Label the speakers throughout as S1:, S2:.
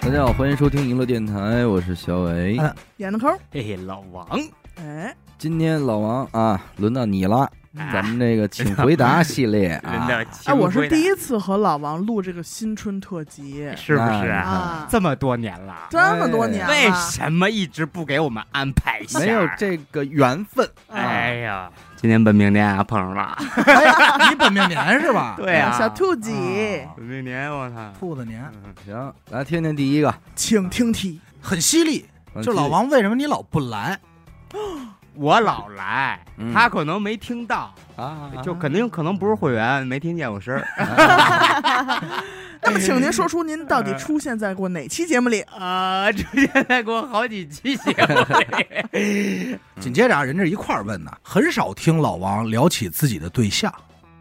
S1: 大家好，欢迎收听娱乐电台，我是小伟。
S2: 啊
S3: 演的抠儿，
S2: 嘿嘿，老王，
S3: 哎，
S1: 今天老王啊，轮到你了，
S2: 啊
S1: 咱们这个请回答系列
S2: 人
S1: 啊
S2: 的，情
S3: 哎，我是
S2: 归
S3: 第
S2: 来
S3: 一次和老王录这个新春特辑
S2: 是不是
S1: 哎
S2: 啊？
S3: 啊，
S2: 这么多年了，
S3: 这么多年了，
S2: 哎为什么一直不给我们安排一下？
S1: 没有这个缘分。
S2: 哎呀，今年本命年啊碰上了，
S4: 哎，你本命年是吧？
S2: 对啊，
S3: 哎小兔几，
S2: 本命年，我操，
S4: 兔子年
S2: 嗯
S1: 啊行，来听听第一个，
S3: 请听题，
S4: 很犀利，就老王为什么你老不来？
S2: 嗯我老来
S1: 嗯，
S2: 他可能没听到，
S1: 啊，
S2: 就肯定可能不是会员，没听见我声儿。哎
S3: 那么请您说出您到底出现在过哪期节目里？
S2: 啊，出现在过好几期节 目里，
S4: 紧接着啊，人这一块儿问呢，很少听老王聊起自己的对象，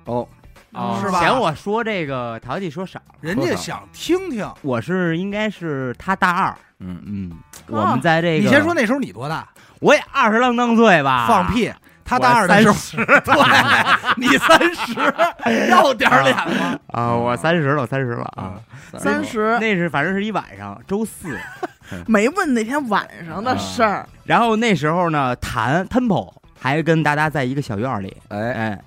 S1: 哦，
S2: 哦
S4: 是吧
S2: 嫌我说这个淘气说少了，
S4: 人家想听听。
S2: 我是应该是他大二，
S1: 嗯，
S2: 嗯，
S3: 哦
S2: 我们在这个，
S4: 你先说，那时候你多大？
S2: 我也二十郎当岁吧，
S4: 放，屁！他
S2: 我
S4: 大二的时候，
S2: 30
S4: 对，你三十，要点儿脸吗？
S2: 啊，我三十了，我三十了啊，
S3: 三十
S2: 那是反正是一晚上，周四，
S3: 没问那天晚上的事儿，
S2: 然后那时候呢，谈 Temple 还跟达达在一个小院儿里，
S1: 哎，
S2: 哎，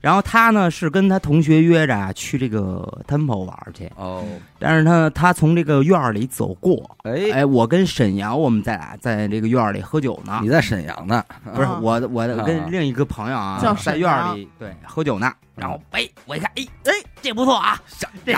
S2: 然后他呢是跟他同学约着啊去这个 Temple 玩儿去，
S1: 哦，
S2: 但是呢，他从这个院儿里走过，
S1: 哎，
S2: 哎，我跟沈阳我们在俩在这个院儿里喝酒呢
S1: 你，在沈阳呢？
S2: 不是
S3: 啊
S2: 我我我
S1: 啊
S2: 跟另一个朋友啊
S3: 叫
S2: 在
S3: 沈
S2: 院儿
S3: 阳
S2: 里对喝酒呢，然后哎我一看哎哎这不错啊， 这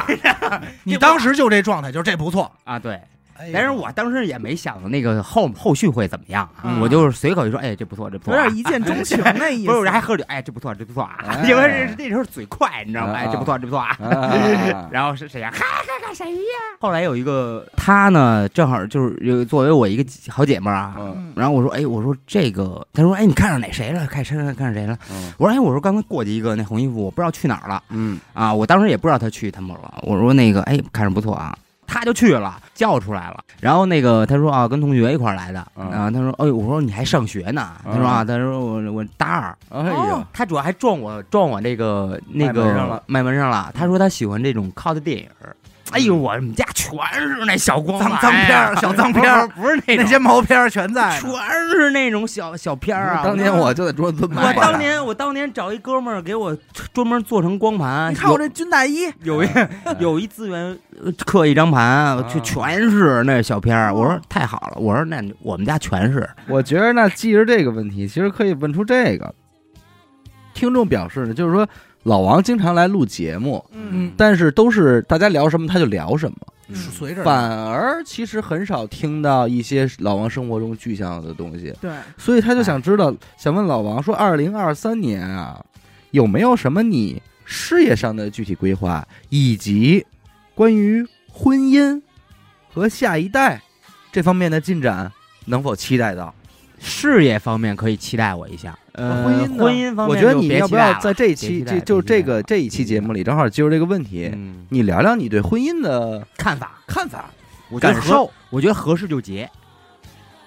S4: 你当时就这状态，就是这不错。
S2: 啊对。
S4: 哎
S2: 但是我当时也没想到那个后后续会怎么样啊，
S3: 嗯
S2: 我就是随口一说，哎，这不错，这不
S3: 有
S2: 错啊、
S3: 点一见钟情那意
S2: 不是，我这还
S3: 思。
S2: 喝酒，哎，这不错，这不错啊
S1: 哎，
S2: 因为是那时候嘴快，你知道吗？
S1: 啊
S2: 哎，这不错，这不错啊。
S1: 啊
S2: 然后是谁呀？哈哈哈，谁呀？后来有一个她呢，正好就是有作为我一个好姐妹啊。
S1: 嗯
S3: 嗯
S2: 然后我说，哎，我说这个，她说，哎，你看上哪谁了？看谁了？看上谁了？
S1: 嗯
S2: 我说，哎，我说刚才过去一个那红衣服，我不知道去哪儿了
S1: 嗯，
S2: 啊！我当时也不知道她去他们了。我说那个，哎，看着不错啊，她就去了，叫出来了。然后那个她说啊，跟同学一块儿来的
S1: 嗯
S2: 啊。她说，哎，我说你还上学呢？她说啊，
S1: 嗯
S2: 她说我我大二。
S1: 哎
S3: 哦
S1: 呀，
S2: 他主要还撞我撞我那个那个
S1: 麦门上了
S2: 麦门上
S4: 嗯
S2: 了。他说他喜欢这种靠的电影儿。哎呦，我们家全是那小光
S4: 脏
S2: 盘
S4: 脏片
S2: 呀
S4: 儿、小脏
S2: 不是
S4: 片儿，
S2: 不是那
S4: 哎那
S2: 种
S4: 些毛片儿全在呢。
S2: 全是那种小小片儿啊。
S1: 当年我就在桌子
S2: 我
S1: 买的，
S2: 当年我当年找一哥们儿给我专门做成光盘，
S3: 你看我这军大衣，
S2: 有有 一有一资源呃刻一张盘，就全是那小片儿。我说太好了，我说那我们家全是。
S1: 我觉得呢，记着这个问题，其实可以问出这个。听众表示呢，就是说老王经常来录节目，
S3: 嗯，
S1: 但是都是大家聊什么他就聊什么，
S3: 嗯
S4: 随着
S1: 反而其实很少听到一些老王生活中具象的东西，
S3: 对，
S2: 啊
S1: 所以他就想知道，想问老王说，二零二三年啊，有没有什么你事业上的具体规划，以及关于婚姻和下一代这方面的进展，能否期待到？
S2: 事业方面可以期待我一下，呃，
S1: 婚姻呢
S2: 婚姻方面
S1: 我觉得
S2: 就
S1: 你
S2: 别
S1: 要
S2: 期
S1: 不
S2: 待
S1: 要
S2: 了
S1: 在这一
S2: 别
S1: 期
S2: 期待
S1: 这
S2: 别
S1: 就
S2: 期
S1: 这
S2: 待
S1: 个这一期节目里，正好就这个问题，
S2: 嗯
S1: 你聊聊你对婚姻的
S2: 看法，
S1: 看法。
S2: 我觉
S4: 感
S2: 得合，
S4: 受，
S2: 嗯我觉得合适就结。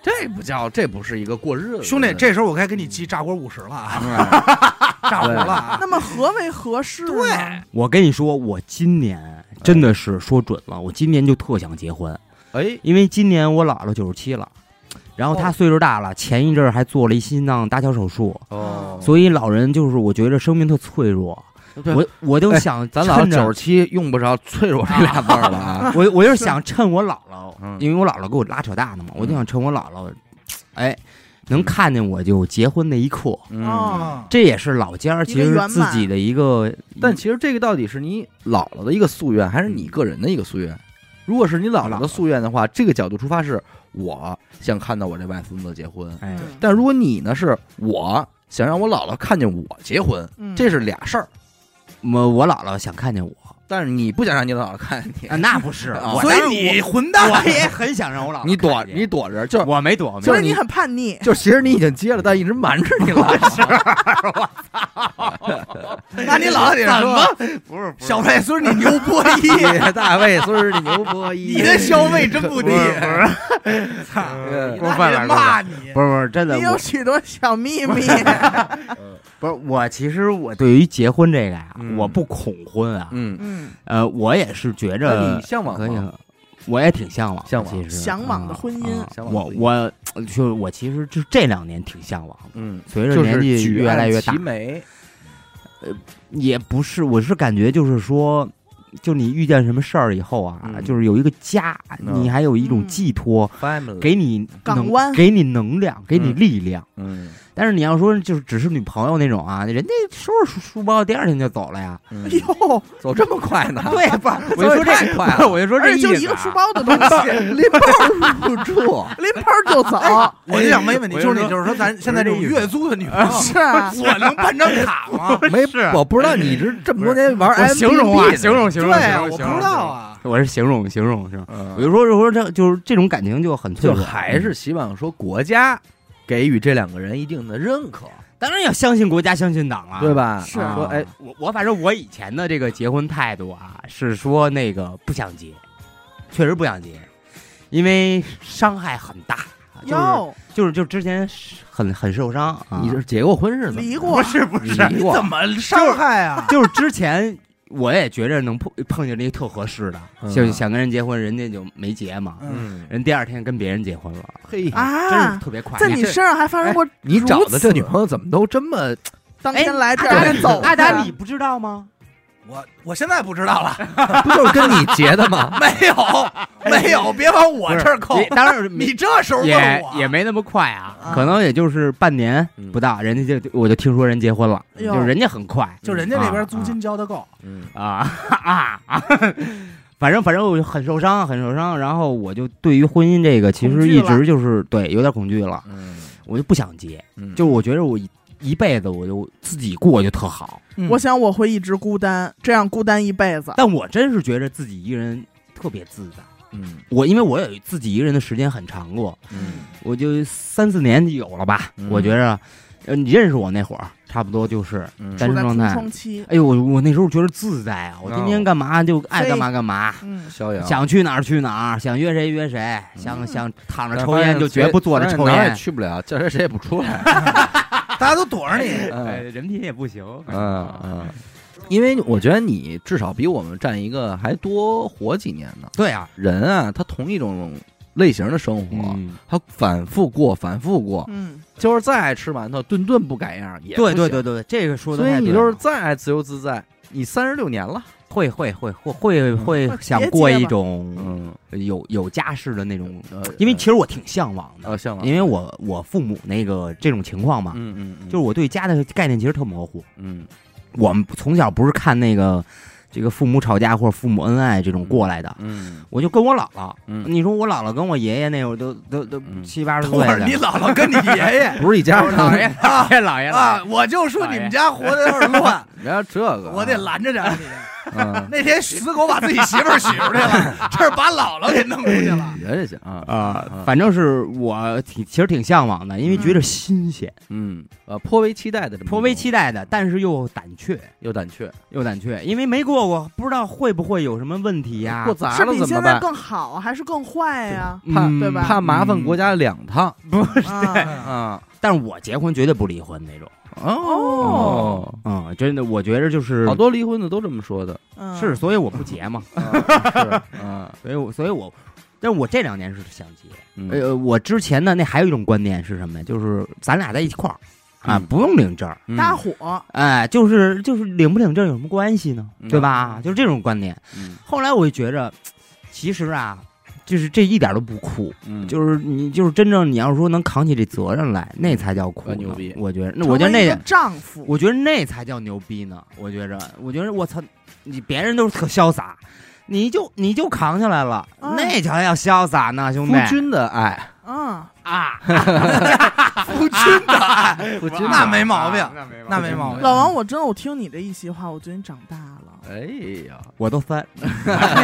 S1: 这不叫，这不是一个过日子，
S4: 兄弟，这时候我该给你记炸锅五十了 啊，
S1: 嗯
S4: 炸糊了啊
S3: 那。么何为合适呢？嗯
S4: 对
S2: 我跟你说，我今年真的是说准了，我今年就特想结婚，
S1: 哎，
S2: 因为今年我姥姥九十七了，然后她岁数大了，前一阵儿还做了一心脏搭桥手术，
S1: 哦，
S2: 所以老人就是我觉得生命特脆弱，
S1: 对
S2: 我我就
S1: 哎
S2: 想
S1: 咱老
S2: 趁着
S1: 九十七用不着“脆弱”这俩字儿了 啊。
S2: 我我就是嗯想趁我姥姥，
S1: 嗯
S2: 因为我姥姥给我拉扯大的嘛，我就想趁我姥姥，哎，能看见我就结婚那一刻，
S1: 嗯，
S3: 哦，
S4: 啊，
S2: 这也是老家儿
S3: 一
S2: 其
S3: 个
S2: 实
S3: 圆
S2: 自
S3: 满
S2: 己的一个，嗯
S1: 但其实这个到底是你姥姥的一个夙愿，还是你个人的一个夙愿？如果是你姥姥的夙愿的话，这个角度出发是我想看到我这外孙子结婚，
S2: 哎，
S1: 但如果你呢是我想让我姥姥看见我结婚，
S3: 嗯
S1: 这是俩事儿。
S2: 我我姥姥想看见 我，
S1: 但是你不想让你姥姥看见你，
S2: 啊，那不是，
S1: 啊
S2: 我
S4: 所
S2: 当
S4: 以
S2: 然
S4: 你混
S2: 我
S4: 蛋，
S2: 我也很想让我姥姥，
S1: 你躲你，躲着，就是
S2: 我没躲，我没
S3: 就
S2: 躲
S3: 是你很叛逆，
S1: 就其实你已经接了，但一直瞒着你 了。
S4: 那你老得说
S2: 不是
S4: 小外孙你牛波一，
S1: 你大卫孙儿，你牛波一，
S4: 你的消费真不低，操，
S1: 呃
S2: 过分了
S4: 那得骂你
S2: 不。是不是真的，
S3: 你有
S2: 我
S3: 许多 小秘密。
S2: 不是我，其实我对于结婚这个呀
S1: 嗯，
S2: 我不恐婚啊，
S1: 嗯，
S3: 嗯，
S2: 呃，我也是觉
S1: 那你
S2: 着
S1: 向往
S2: 可以
S1: 吗？
S2: 啊，我也挺向往的，
S1: 向往
S2: 其实
S3: 向往的婚姻
S2: 啊啊
S1: 向往的
S2: 我
S1: 婚姻
S2: 我就是我其实就这两年挺向往的，
S1: 嗯，
S2: 随着
S1: 就
S2: 年
S1: 是
S2: 纪
S1: 举
S2: 越
S1: 案
S2: 来越大
S1: 齐，眉，
S2: 也不是，我是感觉就是说，就你遇见什么事儿以后啊，
S1: 嗯
S2: 就是有一个家，
S1: 嗯
S2: 你还有一种
S3: 嗯
S2: 寄托，
S1: family，
S2: 给你
S3: 港
S2: 能
S3: 湾
S2: 给你能量，给你
S1: 嗯
S2: 力量。
S1: 嗯
S2: 但是你要说就是只是女朋友那种啊，人家收拾书书包第二天就走了呀。
S1: 嗯
S3: 哎，呦，
S1: 走这么快呢？
S2: 对吧？我就
S1: 走也
S2: 说这
S1: 太快了
S2: 我就说这
S3: 而且就
S2: 意思
S3: 一个
S2: 啊
S3: 书包的东西，
S1: 拎包入住，
S3: 拎包就走，
S4: 我就想问问你，
S2: 我
S4: 就
S2: 就是
S4: 你，
S2: 说
S4: 就是说咱现在这种月租 的女朋友，
S3: 是啊，
S4: 我能办张卡吗？
S1: 没
S2: 是
S1: 我不知道你这这么多年玩
S2: 我
S1: M
S2: 形容啊，形容形容，
S4: 对啊，我
S2: 形容
S4: 不知道，啊。
S2: 形 容我是形容形容形容。
S1: 嗯
S2: 我就说就说这就是这种感情就很脆
S1: 就
S2: 弱，嗯
S1: 还是希望说国家给予这两个人一定的认可，
S2: 当然要相信国家，相信党了，
S1: 对？吧？
S3: 是
S1: 说哎，
S2: 我我反正我以前的这个结婚态度啊，是说那个不想结，确实不想结，因为伤害很大，啊就是
S3: 哟，
S2: 就是就之前很很受伤啊，
S1: 你这结过婚是怎么
S3: 离
S1: 着？
S3: 过，
S2: 是嗯不
S1: 是
S4: 你怎么伤害啊？
S2: 就是之前我也觉着能碰碰见了一个特合适的，
S1: 嗯
S2: 就想跟人结婚，人家就没结嘛，
S1: 嗯，
S2: 人第二天跟别人结婚了，
S1: 嘿，
S2: 真是
S3: 啊，
S2: 特别快。
S3: 在你身上还发生过
S1: 你
S3: 如
S1: 找的这
S3: 此
S1: 女朋友怎么都这 么
S3: 当天来第
S2: 阿
S3: 二
S2: 达
S3: 天
S2: 你
S3: 走的，
S2: 阿达你不知道吗？
S4: 我我现在不知道了，
S1: 不就是跟你结的 吗？
S4: 没有没有，别往我这儿扣
S2: 你。当然
S4: 你
S2: 没
S4: 这时候问
S2: 也
S4: 我，
S2: 也没那么快啊
S3: 啊，
S2: 可能也就是半年
S4: 嗯
S2: 不到，人家就我就听说人结婚了，
S3: 哎呦
S2: 就是人家很快
S4: 就人家那边租金交的够，
S1: 嗯，
S2: 啊啊啊！反正反正我就很受伤，很受伤。然后我就对于婚姻这个，其
S3: 恐
S2: 实
S3: 惧
S2: 一
S3: 了
S2: 直就是对有点恐惧了，
S1: 嗯
S2: 我就不想结。
S1: 嗯
S2: 就是我觉得我一一辈子我就自己过就特好，
S3: 我想我会一直孤单，这样孤单一辈子。
S2: 但我真是觉得自己一个人特别自在。
S1: 嗯
S2: 我因为我有自己一个人的时间很长过，
S1: 嗯
S2: 我就三四年有了吧。
S1: 嗯
S2: 我觉着，呃，你认识我那会儿，差不多就是，
S1: 嗯
S2: 单身
S3: 处在
S2: 状
S3: 空
S2: 态
S3: 窗期，
S2: 哎呦，我我那时候觉得自在啊，我天天干嘛就爱干嘛干嘛，
S3: 嗯，
S1: 逍遥，
S2: 想去哪儿去哪儿，想约谁约谁，
S1: 嗯
S2: 想
S3: 嗯
S2: 想躺着
S1: 但
S2: 抽
S1: 发
S2: 烟
S1: 现
S2: 就绝不坐着抽
S1: 哪儿也
S2: 烟。
S1: 去不了，叫谁谁也不出来。
S4: 大家都躲着你。
S2: 啊哎，
S1: 嗯
S2: 人品也不行。
S1: 嗯，嗯，因为我觉得你至少比我们站一个还多活几年呢。
S2: 对啊，
S1: 人啊，他同一种类型的生活，
S2: 嗯，
S1: 他反复过，反复过，
S3: 嗯，
S1: 就是再爱吃馒头，顿顿不改样也不
S2: 对对
S1: 行
S2: 对对，这个说的
S1: 所以
S2: 太对
S1: 你
S2: 了。
S1: 就是再爱自由自在，你三十六年了，
S2: 会会会会会会想
S3: 别
S2: 过
S3: 结
S2: 一
S3: 巴
S2: 种
S1: 嗯，
S2: 有有家室的那种，
S1: 呃
S2: 因为其实我挺向往的，
S1: 呃向往，
S2: 因为我我父母那个这种情况嘛，
S1: 嗯嗯嗯，
S2: 就是我对家的概念其实特模糊。
S1: 嗯
S2: 我们从小不是看那个这个父母吵架或者父母恩爱这种过来的，
S1: 嗯
S2: 我就跟我姥姥，
S1: 嗯，
S2: 你说我姥姥跟我爷爷那会儿都都都
S1: 嗯
S2: 七八十岁
S4: 等会儿
S2: 了，
S4: 你姥姥跟你爷 爷
S1: 不是一家
S2: 我 姥
S1: 人，
S2: 爷姥爷姥爷姥
S4: 啊
S2: 爷，，
S4: 我就说你们家活的有点 乱，
S1: 你要这个啊，
S4: 我得拦着点儿你。
S1: 嗯，
S4: 那天死狗把自己媳妇儿娶出去了，这儿把姥姥给弄出去
S2: 嗯
S4: 了。
S1: 学学去啊，
S2: 啊，反正是我挺其实挺向往的，因为觉得新鲜，
S1: 嗯呃，颇为期待的这么一种，
S2: 颇为期待的，但是又胆怯。
S1: 又胆怯，
S2: 又胆怯，因为没过过，不知道会不会有什么问题呀、
S1: 过砸
S3: 是
S1: 了
S3: 比
S1: 怎么
S3: 现在
S1: 办？
S3: 更好还是更坏呀？
S1: 怕
S2: 嗯
S3: 对吧
S1: 怕麻烦国家两趟
S3: 啊，
S1: 啊
S2: 但是我结婚绝对不离婚那种。
S3: 哦，
S2: 嗯，真的，我觉着就是
S1: 好多离婚的都这么说的，
S3: 嗯
S2: 是，所以我不结嘛，
S1: 啊是啊，
S2: 所以我所以我，但是我这两年是想结。
S1: 嗯
S2: 呃，我之前呢，那还有一种观念是什么呀？就是咱俩在一块儿啊，
S1: 嗯
S2: 不用领证儿，
S1: 嗯
S3: 搭伙，
S2: 哎，就是就是领不领证有什么关系呢？
S1: 嗯
S2: 对吧？就是这种观念。
S1: 嗯
S2: 后来我就觉着，其实啊，就是这一点都不酷。
S1: 嗯，
S2: 就是你就是真正你要说能扛起这责任来，那才叫酷
S1: 啊
S2: 呢
S1: 牛逼
S2: 我觉得，那
S3: 成
S2: 我觉得
S3: 为一
S2: 那
S3: 个，丈夫，
S2: 我觉得那才叫牛逼呢。我觉着，我觉着，我操，你别人都是特潇洒，你就你就扛下来了，
S3: 啊
S2: 那才叫潇洒呢，兄弟
S1: 夫君的爱，
S3: 嗯，
S2: 啊！
S4: 夫君的，
S1: 夫君啊
S4: 那
S1: 的
S4: 没毛病
S2: 啊那没
S4: 那没毛病。
S3: 老王，我真的我听你这一席话，我觉得你长大了。
S1: 哎呀，
S2: 我都 翻，你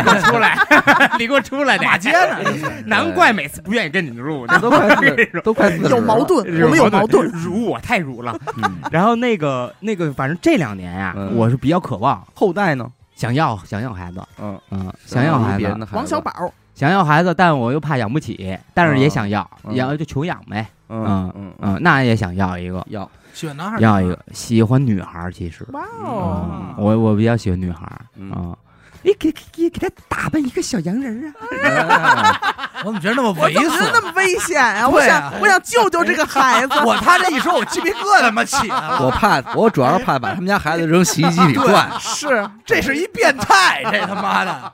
S2: 给我出来， 你给我出来，
S4: 马街 呢？
S2: 难怪每次不愿意跟你录，
S1: 这 都快
S2: 跟你说
S1: 都快四十 了
S3: 有矛，盾，我们有矛盾。
S2: 辱我太辱 了。
S1: 嗯
S2: 然后那个那个，反正这两年呀、
S1: 嗯
S2: 我是比较渴望
S1: 后代呢？
S2: 想要想要孩子，
S1: 嗯，
S2: 嗯，想要孩
S1: 别
S2: 子
S1: 人，的孩子，
S3: 王小宝，
S2: 想要孩子，但我又怕养不起，但是也想要，
S1: 嗯
S2: 养就穷养呗，
S1: 嗯嗯嗯，
S2: 啊嗯，那也想要一个，
S1: 要
S4: 喜欢男孩儿，
S2: 要一个，喜欢女孩儿，其实，嗯
S3: 哇
S1: 哦
S3: 哦，
S2: 嗯，我我比较喜欢女孩儿，
S1: 嗯
S2: 嗯，你给给给他打扮一个小洋人 啊！
S4: 哎我怎么觉得那么
S3: 我
S4: 猥
S3: 怎么觉得那
S4: 琐？
S3: 么危险啊？我
S4: 对啊
S3: 想，我想救救这个孩子。
S4: 我他这一说，我鸡皮疙 瘩嘛起来了。
S1: 我怕，我主要是怕把他们家孩子扔洗衣机里灌。
S3: 是，
S4: 这 是一变态，这他妈的！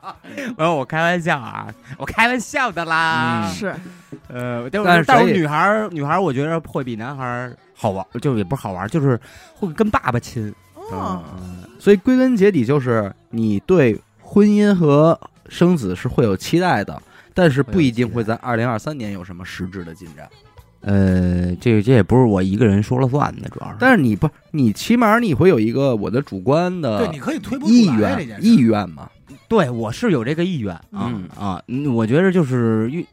S2: 我说我开玩笑啊，我开玩笑的啦。
S1: 嗯
S3: 是，
S2: 呃，但
S1: 但
S2: 是
S1: 是
S2: 但
S1: 所
S2: 是
S1: 以
S2: 女孩儿女孩儿，我觉得会比男孩儿好玩，就也不是好玩，就是会跟爸爸亲。
S3: 哦，
S1: 嗯所以归根结底就是你对婚姻和生子是会有期待的，但是不一定会在二零二三年有什么实质的进展。
S2: 呃，这这也不是我一个人说了算的，主要是。
S1: 但是你不，你起码你会有一个我的主观
S2: 呃
S4: 对，
S1: 的
S4: 你可以推不
S1: 意
S4: 出来这
S1: 愿
S4: 件，事
S1: 意愿嘛，
S2: 对我是有这个意愿啊
S1: 嗯
S2: 啊，嗯我觉得就是越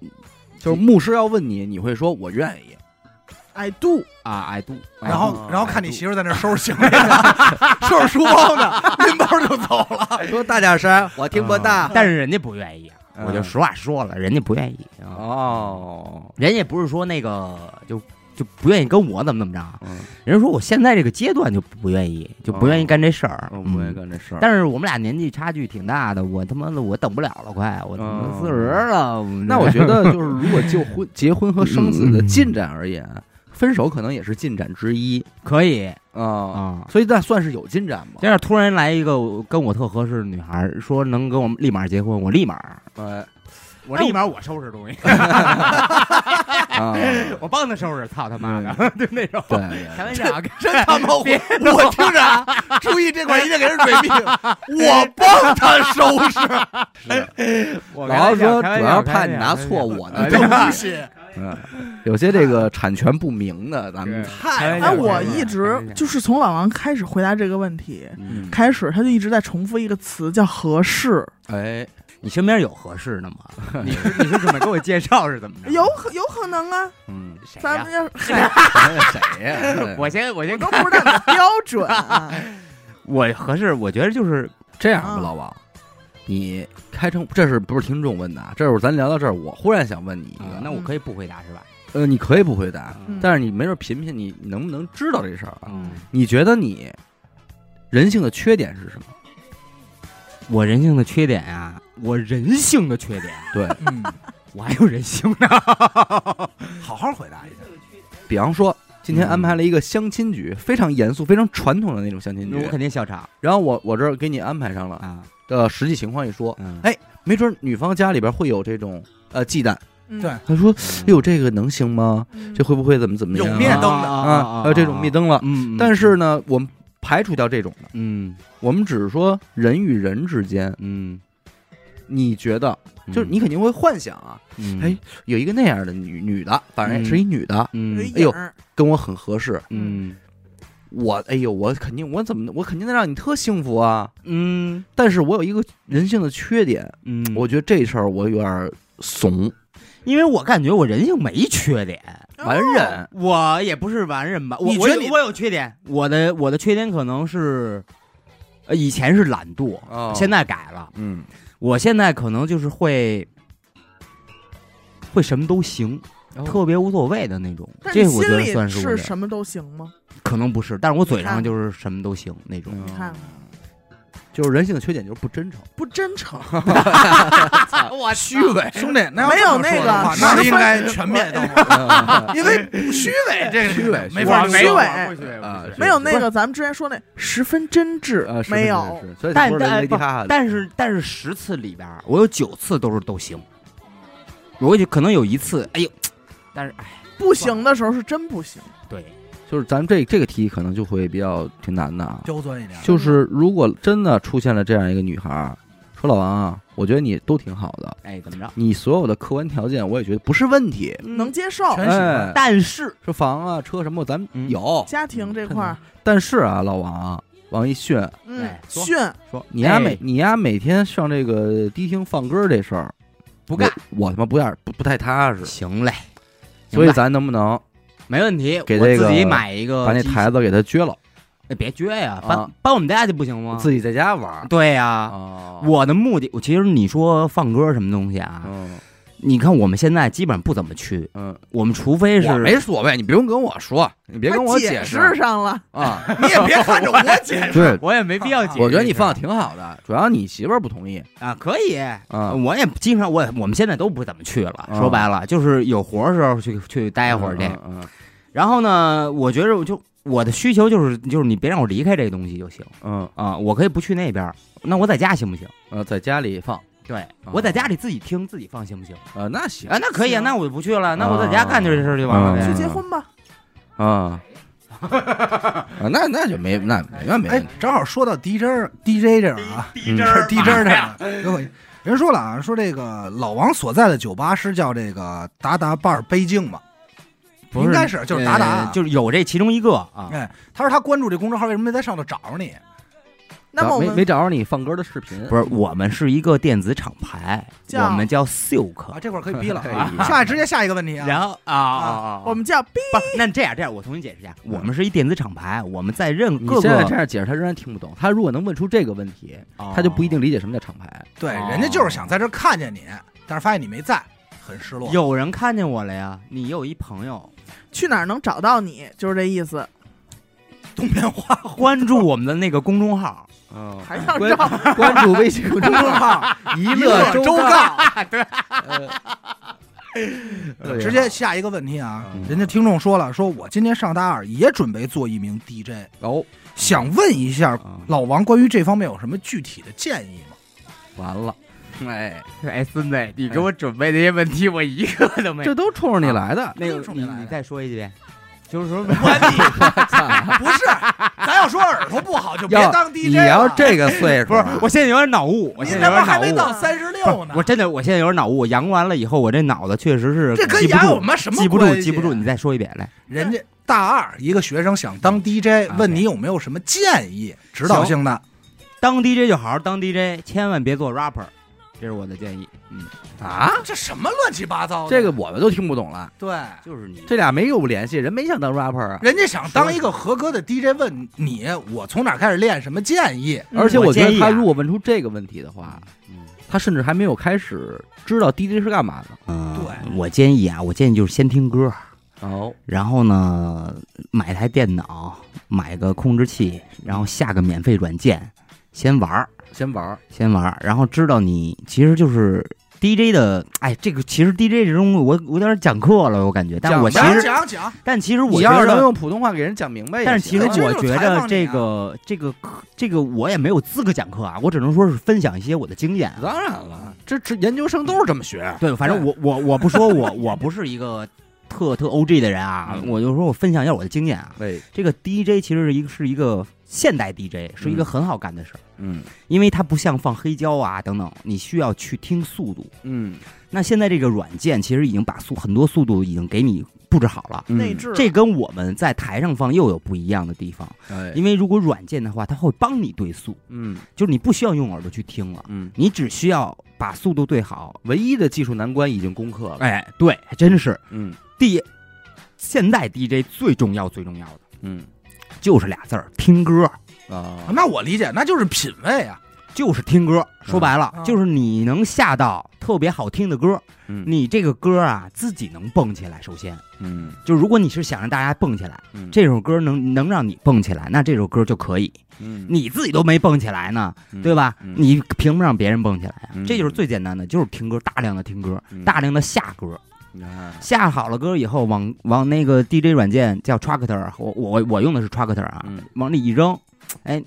S1: 就是牧师要问你，你会说我愿意，
S3: 矮度
S2: 啊，I do，
S4: 然后，
S2: 嗯
S4: 然后看你
S2: 媳。
S4: 媳妇在那收拾 行李呢，收拾书包呢，拎包就走了。
S1: 啊说大点声，我听不到。
S2: 啊但是人家不愿意啊，
S1: 嗯
S2: 我就实话说了，人家不愿意啊，
S1: 哦，
S2: 人家不是说那个就就不愿意跟我怎么怎么着啊，
S1: 嗯，
S2: 人家说我现在这个阶段就不愿意，就不愿意干这事儿，
S1: 我
S2: 嗯
S1: 哦不会。干这事儿。
S2: 但是我们俩年纪差距挺大的，我他妈的我等不了了，快我他妈
S1: 嗯
S2: 四十了，们
S1: 那我觉 得就是，如果就婚、结婚和生子的
S2: 嗯嗯嗯
S1: 进展而言，分手可能也是进展之一
S2: 可以
S1: 啊。
S2: 啊。
S1: 所以那算是有进展吧。
S2: 要是突然来一个跟我特合适的女孩儿，说能跟我们立马结婚，我立马
S1: 哎
S2: 我
S3: 立
S2: 马我收拾东西，
S1: 啊， 嗯
S2: 我帮她收拾，操他妈的，就那种。
S1: 对，
S2: 开 玩笑啊，
S4: 真他 妈我我听着啊，注意这块一定给人蕊命， 我帮他收拾
S2: 我
S1: 老王说主要是怕你拿错 我
S2: 哎
S1: 的
S4: 东西。
S1: 嗯，有些这个产权不明的，咱们
S4: 太
S2: 哎
S3: 哎，
S2: 呀
S3: 我
S2: 我
S3: 一
S2: 哎
S3: 直
S2: 呀
S3: 就是从老王开始回答这个问题，
S1: 嗯
S3: 开始他就一直在重复一个词，叫合适。
S1: 哎，
S2: 你身边有合适的吗？你是你是准备给我介绍是
S1: 啊
S2: 怎么 着？
S3: 有可有可能啊，
S1: 嗯，
S2: 谁
S3: 咱
S2: 呀
S3: 们？要嗨，
S1: 谁呀？
S2: 我先我
S3: 我
S2: 先
S3: 都不知道你的标准啊。
S2: 我合适，我觉得就是
S1: 这样吧，
S3: 嗯
S1: 老王，你开诚，这是不是听众问的啊？这是咱聊到这儿，我忽然想问你一
S2: 啊
S1: 个，
S2: 那我可以不回答是吧？
S1: 呃，你可以不回答，
S3: 嗯
S1: 但是你没准品品你能不能知道这事儿啊？
S2: 嗯，
S1: 你觉得你人性的缺点是什么？
S2: 我人性的缺点啊，我人性的缺点，
S1: 对，
S4: 嗯，
S2: 我还有人性呢。
S4: 好好回答一下。
S1: 比方说。今天
S2: 嗯
S1: 安排了一个相亲局，非常严肃、非常传统的那种相亲
S2: 我
S1: 局。
S2: 肯定笑场
S1: 然后我我这儿给你安排上了
S2: 啊，
S1: 的实际情况一说，
S2: 嗯，
S1: 哎没准女方家里边会有这种呃忌惮。
S3: 嗯
S4: 对，
S1: 她说：“哎呦，这个能行吗？这会不会怎么怎么样啊、
S4: 有灭灯的
S1: 啊？还有这种灭，灯了。
S2: 嗯，
S1: 但是，呢，我们排除掉这种的，
S2: 嗯
S1: 我们只是说人与人之间，
S2: 嗯，
S1: 你觉得嗯就是你，肯定会幻想啊，
S2: 嗯
S1: 哎，有一个那样的女女的，反正也是一女的，
S3: 有一
S2: 嗯
S1: 哎呦
S3: 影儿
S1: 跟我很合适，
S2: 嗯
S1: 我哎呦，我肯定我怎么我肯定能让你特幸福啊。
S2: 嗯
S1: 但是我有一个人性的缺点，
S2: 嗯，
S1: 我觉得这事儿我有点怂，
S2: 因为我感觉我人性没缺点，
S1: 完
S3: 哦
S1: 忍。
S2: 我也不是完人吧，我
S4: 你
S2: 我
S4: 觉得
S2: 有
S4: 你
S2: 我有缺点，我的我的缺点可能是，呃，以前是懒惰，
S1: 哦
S2: 现在改了，
S1: 嗯，
S2: 我现在可能就是会，会什么都行，
S1: 哦
S2: 特别无所谓的那种，
S3: 但
S2: 这
S3: 你
S2: 我觉
S3: 心
S2: 得算
S3: 里
S2: 我
S3: 是
S2: 的，
S3: 什么都行吗？
S2: 可能不是，但是我嘴
S3: 你
S2: 上
S3: 看
S2: 就是什么都行那
S1: 嗯
S2: 种，
S3: 你看看
S1: 就是人性的缺点就是不真诚。
S3: 不真诚，
S2: 我
S4: 虚伪， 兄弟，那要
S3: 没有
S4: 这么说的
S3: 那个
S4: 话那
S3: 十
S4: 应
S3: 分
S4: 该全面灯，因为虚伪这个
S1: 虚伪
S4: 没
S1: 我
S4: 法
S3: 没有
S4: 说。
S3: 伪
S1: 啊是
S3: 没有
S1: 不
S3: 那个咱们之前说那十分真挚
S1: 呃，， 是
S3: 没
S1: 是
S3: 有
S1: 是。是所以
S2: 但
S1: 不是
S2: 但
S1: 雷迪
S2: 不
S1: 哈哈的
S2: 但是但是十次里边儿，我有九次都是都行，我就可能有一次，哎呦，但是哎，
S3: 不行的时候是真不行，
S2: 对，
S1: 就是咱们这这个题可能就会比较挺难的啊。
S4: 刁钻一点，
S1: 就是如果真的出现了这样一个女孩儿，说老王啊，我觉得你都挺好的，
S2: 哎，怎么着？
S1: 你所有的客观条件我也觉得不是问题。
S2: 嗯
S3: 能接受。
S4: 全喜欢
S1: 哎，
S2: 但是
S1: 说房啊、车什么咱们
S2: 嗯
S1: 有，
S3: 家庭这块儿，
S1: 但是啊，老王啊，王一迅
S3: 嗯
S2: 哎，说
S3: 训
S2: 说
S1: 你丫每
S2: 哎
S1: 你丫每天上这个迪厅放歌这事儿
S2: 不干，
S1: 我我他妈不要不不太踏实。
S2: 行嘞，
S1: 所以
S2: 明白
S1: 咱能不能
S2: 没问题，
S1: 给
S2: 我
S1: 这个
S2: 自己买一个
S1: 把那
S2: 呃机器
S1: 台子给它撅了，
S2: 哎别撅呀，
S1: 啊
S2: 搬搬我们家去不行吗？
S1: 自己在家玩儿？
S2: 对呀，
S1: 啊，
S2: 我的目的，我其实你说放歌什么东西啊，
S1: 嗯
S2: 你看我们现在基本上不怎么去，
S1: 嗯，
S2: 我们除非
S1: 我
S2: 是
S1: 没所谓，你不用跟我说，你别跟我
S3: 解
S1: 释
S3: 上了，
S1: 啊。
S4: 你也别看着我解释，
S1: 对，
S2: 啊我也没必要解释。
S1: 我觉得你放的挺好的，主要你媳妇儿不同意
S2: 啊，可以，
S1: 啊。
S2: 我也经常我也我们现在都不怎么去了。说白了，就是有活儿时候去去待会儿去。
S1: 嗯嗯
S2: 然后呢，我觉着我就我的需求就是就是你别让我离开这个东西就行
S1: 嗯，
S2: 啊，我可以不去那边儿，那我在家行不行？
S1: 呃，在家里放，
S2: 对，
S1: 啊
S2: 我在家里自己听自己放行不行？
S1: 呃，那行
S2: 嗯啊，那可以啊，
S3: 行
S2: 那我就不去了，那我在家干这事儿就完
S1: 嗯
S2: 了
S3: 去
S2: 呗。
S3: 结婚吧。
S1: 啊，啊那那就没那没问没
S4: 哎
S1: 问题，，
S4: 正好说到 DJ 这 DJ 这儿啊
S1: 嗯
S4: ，DJ 这儿呢，哎呦人说了啊，说这个老王所在的酒吧是叫这个达达巴尔北京嘛，
S2: 不是
S4: 应该是就是达达啊
S2: 呃就是有这其中一个啊。
S4: 哎，他说他关注这公众号，为什么没在上头找着你？
S3: 那么我
S1: 没
S3: 们
S1: 没找着你放歌的视频，
S2: 不是，我们是一个电子厂牌，
S3: 叫
S2: 我们叫
S4: 啊，
S2: Silk。
S4: 这会儿可以逼了
S1: 可以
S4: 啊，下直接下一个问题啊，
S2: 然后啊啊啊啊！
S3: 我们叫 B
S2: 不，那这样这样，我重新解释一下，我们是一电子厂牌，我们在任
S1: 你
S2: 各
S1: 现在这
S2: 个，
S1: 样解释，他仍然听不懂。他如果能问出这个问题，他就不一定理解什么叫厂牌。
S4: 对，
S2: 哦
S4: 人家就是想在这儿看见你，但是发现你没在，很失落。
S2: 有人看见我了呀。你有一朋友
S3: 去哪儿能找到你，就是这意思。
S4: 东边花卉
S2: 关注我们的那个公众号，
S1: 嗯，
S3: 还要
S1: 关
S3: 绕，
S1: 关注微信公众 号“一乐周
S4: 告，
S1: 对
S4: 直接下一个问题啊
S1: 嗯，
S4: 人家听众说了，说我今年上大二，也准备做一名 DJ，”。
S1: 哦，
S4: 想问一下
S2: 啊
S4: 老王关于这方面有什么具体的建议 吗？
S1: 完了，哎，
S2: 哎，孙子，你给我准备那些问题，我一个都没
S1: 这都冲着你来的。
S2: 那
S4: 都
S2: 个
S4: 是
S2: 你
S4: 没来的
S2: 你再说一遍，就是 说
S4: 不是，咱要说耳朵不好就别
S1: 要
S4: 当 DJ
S1: 你要
S4: 了。
S1: 这个岁数
S2: 不是，我现在有点脑雾，我
S4: 你
S2: 现在
S4: 他
S2: 有
S4: 妈
S2: 点
S4: 还没
S2: 脑雾。
S4: 到三十六呢
S2: 我，真的，我现在有点脑雾。我阳完了以后，我这脑子确实是
S4: 这跟
S2: 记不
S4: 演我
S2: 住，
S4: 们什么
S2: 记不住，
S4: 关系啊
S2: 记不住。你再说一遍来。
S4: 人家大二一个学生想当 DJ，
S2: 啊
S4: 问你有没有什么建议、指导性的？
S2: 当 DJ 就好好当 DJ，千万别做 rapper，这是我的建议。嗯，
S1: 啊，
S4: 这什么乱七八糟的？
S1: 这个我们都听不懂了。
S4: 对，
S2: 就是你
S1: 这俩没有联系，人没想当 rapper 啊。
S4: 人家想当一个合格的 DJ，问你我从哪儿开始练，什么建议？
S1: 而且
S2: 我
S1: 我觉
S2: 建
S1: 得
S2: 议
S1: 他
S2: 啊嗯
S1: 如果问出这个问题的话，他甚至还没有开始知道 DJ 是干嘛的。
S2: 嗯，
S4: 对
S2: 我建议啊，我建议就是先听歌，
S1: 哦，
S2: 然后呢，买台电脑，买个控制器，然后下个免费软件，先玩儿，
S1: 先玩儿，
S2: 先玩儿，然后知道你其实就是。DJ 的，哎，这个其实 DJ 这东西，我我有点讲课了，我感觉，但
S1: 讲
S2: 我其
S1: 吧
S4: 讲
S2: 实，
S4: 讲讲，
S2: 但其实我
S1: 你
S2: 觉
S1: 要是能
S2: 得，
S1: 用普通话给人讲明白也行，
S2: 但是其实
S4: 哎这
S2: 我
S4: 就是
S2: 觉
S4: 采
S2: 着
S4: 访
S2: 这
S4: 你啊
S2: 个这个这个我也没有资格讲课啊，我只能说是分享一些我的经验啊。
S1: 当然了，这这研究 生都是这么学。
S4: 啊
S2: 对，反正我我我不说我 我不是一个特特 O G 的人啊，
S1: 嗯
S2: 我就说我分享一下我的经验啊。
S1: 对，
S2: 这个 DJ 其实是一个是一个现代 DJ，是一个很好干的事儿，
S1: 嗯
S2: 因为它不像放黑胶啊等等，你需要去听速度。
S1: 嗯，
S2: 那现在这个软件其实已经把速很多速度已经给你布置好
S1: 嗯
S2: 了。
S3: 内置
S2: 嗯这跟我们在台上放又有不一样的地方，
S1: 哎，
S2: 因为如果软件的话，它会帮你对速，
S1: 嗯
S2: 就是你不需要用耳朵去听了，
S1: 嗯，
S2: 你只需要把速度对好。
S1: 唯一的技术难关已经攻克了。
S2: 哎，对，还真是
S1: 嗯
S2: 第现代 DJ 最重要最重要的
S1: 嗯
S2: 就是俩字儿，听歌，
S1: 啊，
S4: 那我理解，那就是品味啊。
S2: 就是听歌。
S1: 嗯
S2: 说白了，
S4: 啊
S2: 就是你能下到特别好听的歌，
S1: 嗯
S2: 你这个歌啊自己能蹦起来。首先，
S1: 嗯
S2: 就如果你是想让大家蹦起来，
S1: 嗯
S2: 这首歌能能让你蹦起来，那这首歌就可以。
S1: 嗯
S2: 你自己都没蹦起来呢，
S1: 嗯
S2: 对吧？
S1: 嗯
S2: 你凭什么让别人蹦起来啊？
S1: 嗯
S2: 这就是最简单的，就是听歌，大量的听歌，
S1: 嗯
S2: 大量的下歌。
S1: 啊
S2: 下好了歌以后，往往那个 DJ 软件叫 Tractor，我我我用的是 Tractor 啊，
S1: 嗯
S2: 往里一扔，哎，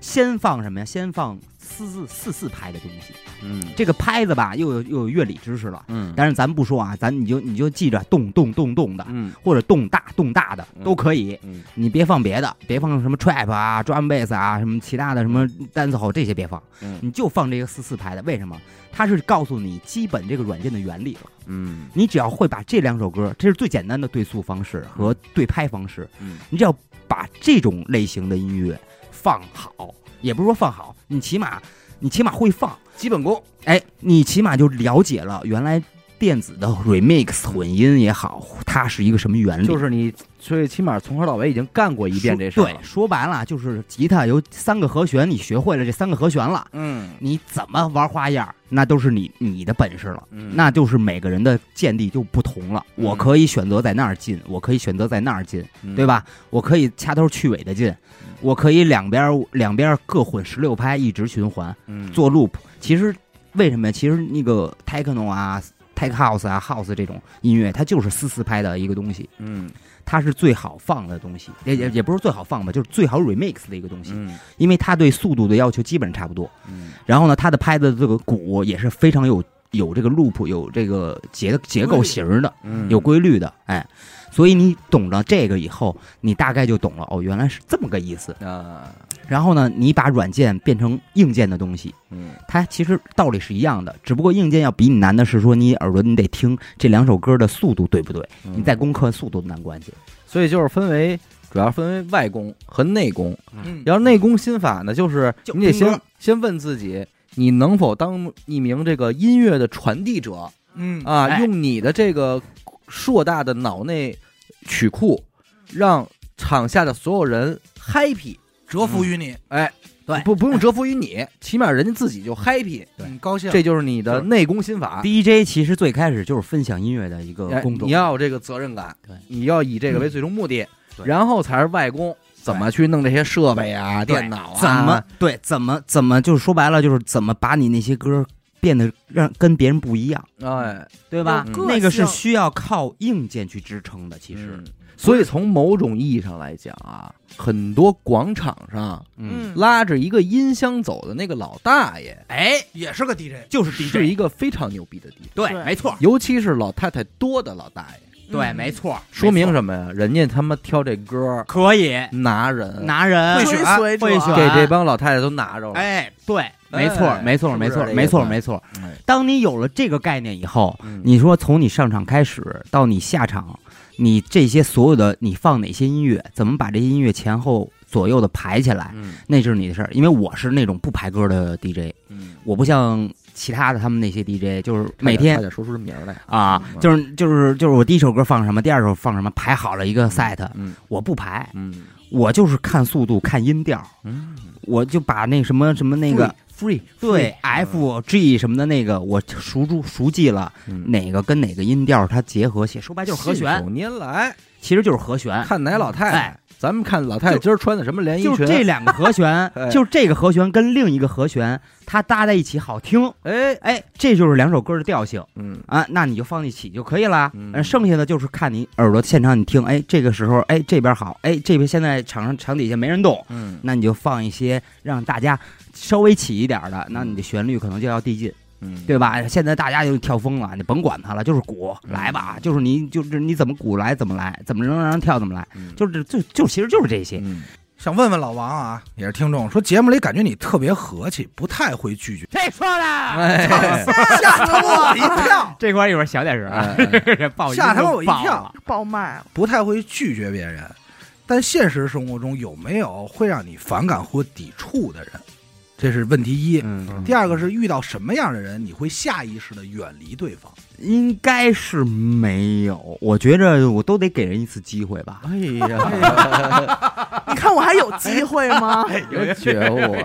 S2: 先放什么呀？先放四四四四拍的东西。
S1: 嗯
S2: 这个拍子吧，又有又有乐理知识了，
S1: 嗯
S2: 但是咱不说啊，咱你就你就记着动动动动的，
S1: 嗯
S2: 或者动大动大的
S1: 嗯
S2: 都可以，
S1: 嗯
S2: 你别放别的，别放什么 trap 啊、drum bass 啊、什么其他的什么 dancehall 这些别放，
S1: 嗯
S2: 你就放这个四四拍的。为什么？它是告诉你基本这个软件的原理了。
S1: 嗯
S2: 你只要会把这两首歌，这是最简单的对速方式和对拍方式，
S1: 嗯
S2: 你只要把这种类型的音乐放好，也不是说放好，你起码你起码会放，
S1: 基本功
S2: 哎，你起码就了解了原来电子的 remix 混音也好，它是一个什么原理？
S1: 就是你，所以起码从头到尾已经干过一遍这事儿
S2: 对
S1: 了，，
S2: 说白了就是吉他有三个和弦，你学会了这三个和弦了，
S1: 嗯
S2: 你怎么玩花样，那都是你你的本事了。
S1: 嗯
S2: 那就是每个人的见地就不同了。
S1: 嗯
S2: 我可以选择在那儿进，我可以选择在那儿进，对？吧？我可以掐头去尾的进，我可以两边两边各混十六拍，一直循环
S1: 嗯，
S2: 做 loop。其实为什么呀？其实那个 techno 啊、tech house 啊、house 这种音乐，它就是四四拍的一个东西，
S1: 嗯
S2: 它是最好放的东西，也也也不是最好放吧，就是最好 remix 的一个东西，
S1: 嗯
S2: 因为它对速度的要求基本差不多。
S1: 嗯
S2: 然后呢，它的拍的这个鼓也是非常有有这个 loop 有这个结结构型儿的，
S1: 嗯，
S2: 有规律的，哎，所以你懂了这个以后，你大概就懂了哦，原来是这么个意思。
S1: 啊，
S2: 然后呢，你把软件变成硬件的东西，
S1: 嗯
S2: 它其实道理是一样的，只不过硬件要比你难的是说你耳朵你得听这两首歌的速度对不对，
S1: 嗯
S2: 你在攻克速度的难关系。
S1: 所以就是分为。主要分为外功和内功。
S4: 嗯
S1: 要是内功心法呢，就是
S2: 就
S1: 你得
S2: 听
S1: 先
S2: 歌
S1: 先问自己，你能否当一名这个音乐的传递者？
S4: 嗯
S1: 啊，
S2: 哎
S1: 用你的这个硕大的脑内曲库，让场下的所有人 happy，
S4: 折服于你，
S2: 哎对
S1: 不不用折服于你，起码人家自己就 happy，
S2: 对
S4: 嗯，高兴，
S1: 这就是你的
S2: 是
S1: 内功心法。
S2: DJ 其实最开始就是分享音乐的一个
S1: 哎
S2: 工种，
S1: 你要有这个责任感
S2: 对，
S1: 你要以这个为最终目的，
S2: 对
S1: 然后才是外功，怎么去弄这些设备啊、
S2: 对
S1: 电脑啊，
S2: 怎么对怎么怎么就是说白了就是怎么把你那些歌变得让跟别人不一样，
S1: 哎，
S2: 对吧？
S1: 有
S3: 个
S2: 那个是
S3: 性
S2: 需要靠硬件去支撑的，其实
S1: 嗯，所以从某种意义上来讲啊，很多广场上
S3: 嗯，
S1: 拉着一个音箱走的那个老大爷，
S2: 哎，
S4: 也是个 DJ，
S2: 就是
S1: 嗯是
S2: DJ，
S1: 一个非常牛逼的地方，
S2: 对
S3: 对，
S2: 没错，
S1: 尤其是老太太多的老大爷，
S2: 对，没错，
S1: 说明
S2: 没错
S1: 什么呀？人家他妈挑这歌儿
S2: 可以
S1: 拿啊人，
S2: 拿人
S4: 会
S3: 追
S4: 选
S3: 随者
S2: 会选
S1: 给这帮老太太都拿着了。
S2: 哎，对，没错，没错，
S1: 哦是不
S2: 没
S1: 是
S2: 错，
S1: 这
S2: 没
S1: 意思
S2: 错，没错。
S1: 哎，
S2: 当你有了这个概念以后，
S1: 嗯
S2: 你说从你上场开始到你下场，你这些所有的你放哪些音乐，怎么把这些音乐前后左右的排起来，
S1: 嗯
S2: 那就是你的事儿。因为我是那种不排歌的 DJ，
S1: 嗯，
S2: 我不像其他的他们那些 DJ，就是
S1: 差点
S2: 每
S1: 差
S2: 天
S1: 点说出名儿来，
S2: 啊，
S1: 嗯
S2: 就是就是就是我第一首歌放什么，第二首放什么，排好了一个 set，
S1: 嗯
S2: 我不排，
S1: 嗯
S2: 我就是看速度，看音调，
S1: 嗯，
S2: 我就把那什么什么那个
S1: free
S2: 对 F G 什么的那个，我熟住熟记了
S1: 哪
S2: 哪个跟哪个音调它结合写，说白嗯就是和弦，
S1: 您来
S2: 其实就是和弦，
S1: 看哪老太太
S2: 哎，
S1: 咱们看老太太今儿穿的什么连衣
S2: 就
S1: 裙，
S2: 是
S1: 啊
S2: 这两个和 弦
S1: 哎，
S2: 就是这个和弦跟另一个和弦它搭在一起好听，
S1: 哎，
S2: 哎，这就是两首歌的调性
S1: 嗯
S2: 啊，那你就放一起就可以啦
S1: 嗯。
S2: 呃剩下的就是看你耳朵现场你听，哎，这个时候哎这边好，哎这边现在场上场底下没人动，
S1: 嗯
S2: 那你就放一些让大家稍微起一点儿的，那你的旋律可能就要递进。
S1: 嗯，
S2: 对吧？现在大家就跳疯了，你甭管它了，就是鼓
S1: 嗯
S2: 来吧，就是你就是你怎么鼓来怎么来，怎么能让人跳怎么来，
S1: 嗯，
S2: 就是就就其实就是这些。
S1: 嗯
S4: 想问问老王啊，也是听众说节目里感觉你特别和气，不太会拒绝，
S2: 谁说的？
S1: 哎，
S4: 吓他妈我一跳，
S2: 这块儿一会儿小点声啊，
S1: 哎哎
S2: 不好意思
S4: 吓他妈我一
S2: 爆了
S4: 跳，
S3: 爆卖了，
S4: 不太会拒绝别人。但现实生活中有没有会让你反感或抵触的人？这是问题一。
S2: 嗯，
S4: 第二个是遇到什么样的人，你会下意识的远离对方？
S2: 应该是没有，我觉着我都得给人一次机会吧。
S1: 哎呀，
S3: 你看我还有机会 吗？
S1: 有觉悟，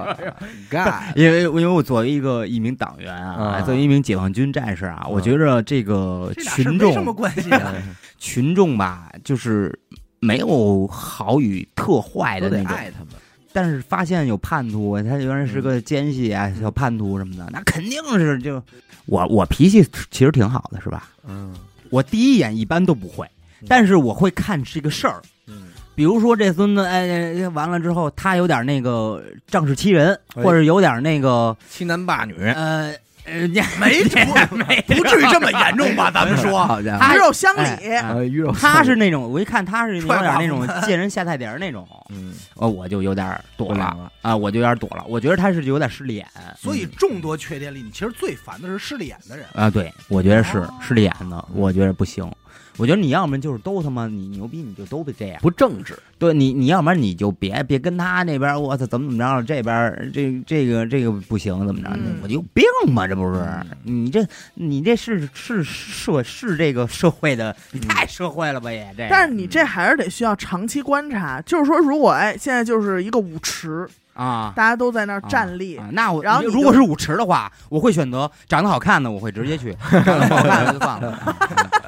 S1: 干，
S2: 因为因为我作为一个一名党员啊，
S1: 啊
S2: 作为一名解放军战士啊，我觉着这个
S4: 这俩事儿
S2: 群
S4: 没什么
S2: 众
S4: 关系啊。
S2: 群众吧，就是没有好与特坏
S1: 都
S2: 的
S1: 得
S2: 那种。
S1: 爱他们。
S2: 但是发现有叛徒，他原来是个奸细啊，小叛徒什么的，那肯定是就我我脾气其实挺好的，是吧？
S1: 嗯
S2: 我第一眼一般都不会，但是我会看这个事儿。
S1: 嗯
S2: 比如说这孙子，哎，哎完了之后他有点那个仗势欺人，
S1: 哎
S2: 或者有点那个，
S1: 欺男霸女，
S2: 呃呃， 你
S4: 哎没不不至于这么严重吧？咱们说，
S1: 好 家
S2: 哎
S3: 鱼肉乡里，
S2: 哎
S1: 伙，鱼肉
S2: 他是那种，我一看他是有
S4: 踹
S2: 点
S4: 马
S2: 那种见人下菜碟儿那种，
S1: 嗯，
S2: 呃，我就有点躲
S1: 不
S2: 了
S1: 了，
S2: 啊，我就有点躲了，我觉得他是有点失脸。
S4: 所以众多缺点里，你其实最烦的是势利眼的人。
S2: 啊，对，我觉得是
S4: 哦
S2: 是脸的，我觉得不行。我觉得你要么就是都他妈你牛逼，你就都得这样。
S1: 不正直，
S2: 对你，你要不然你就别别跟他那边，我操，怎么怎么着，这边这这个这个不行，怎么着？
S3: 嗯
S2: 我就有病吧，这不是？你这你这是是社是这个社会的，你太社会了吧也这。
S3: 嗯但是你这还是得需要长期观察，就是说，如果哎，现在就是一个舞池，
S2: 啊
S3: 大家都在那儿站立，
S2: 啊，那我
S3: 然后你就
S2: 如果是舞池的话，我会选择长得好看的，我会直接 去；长得不好看的就算了。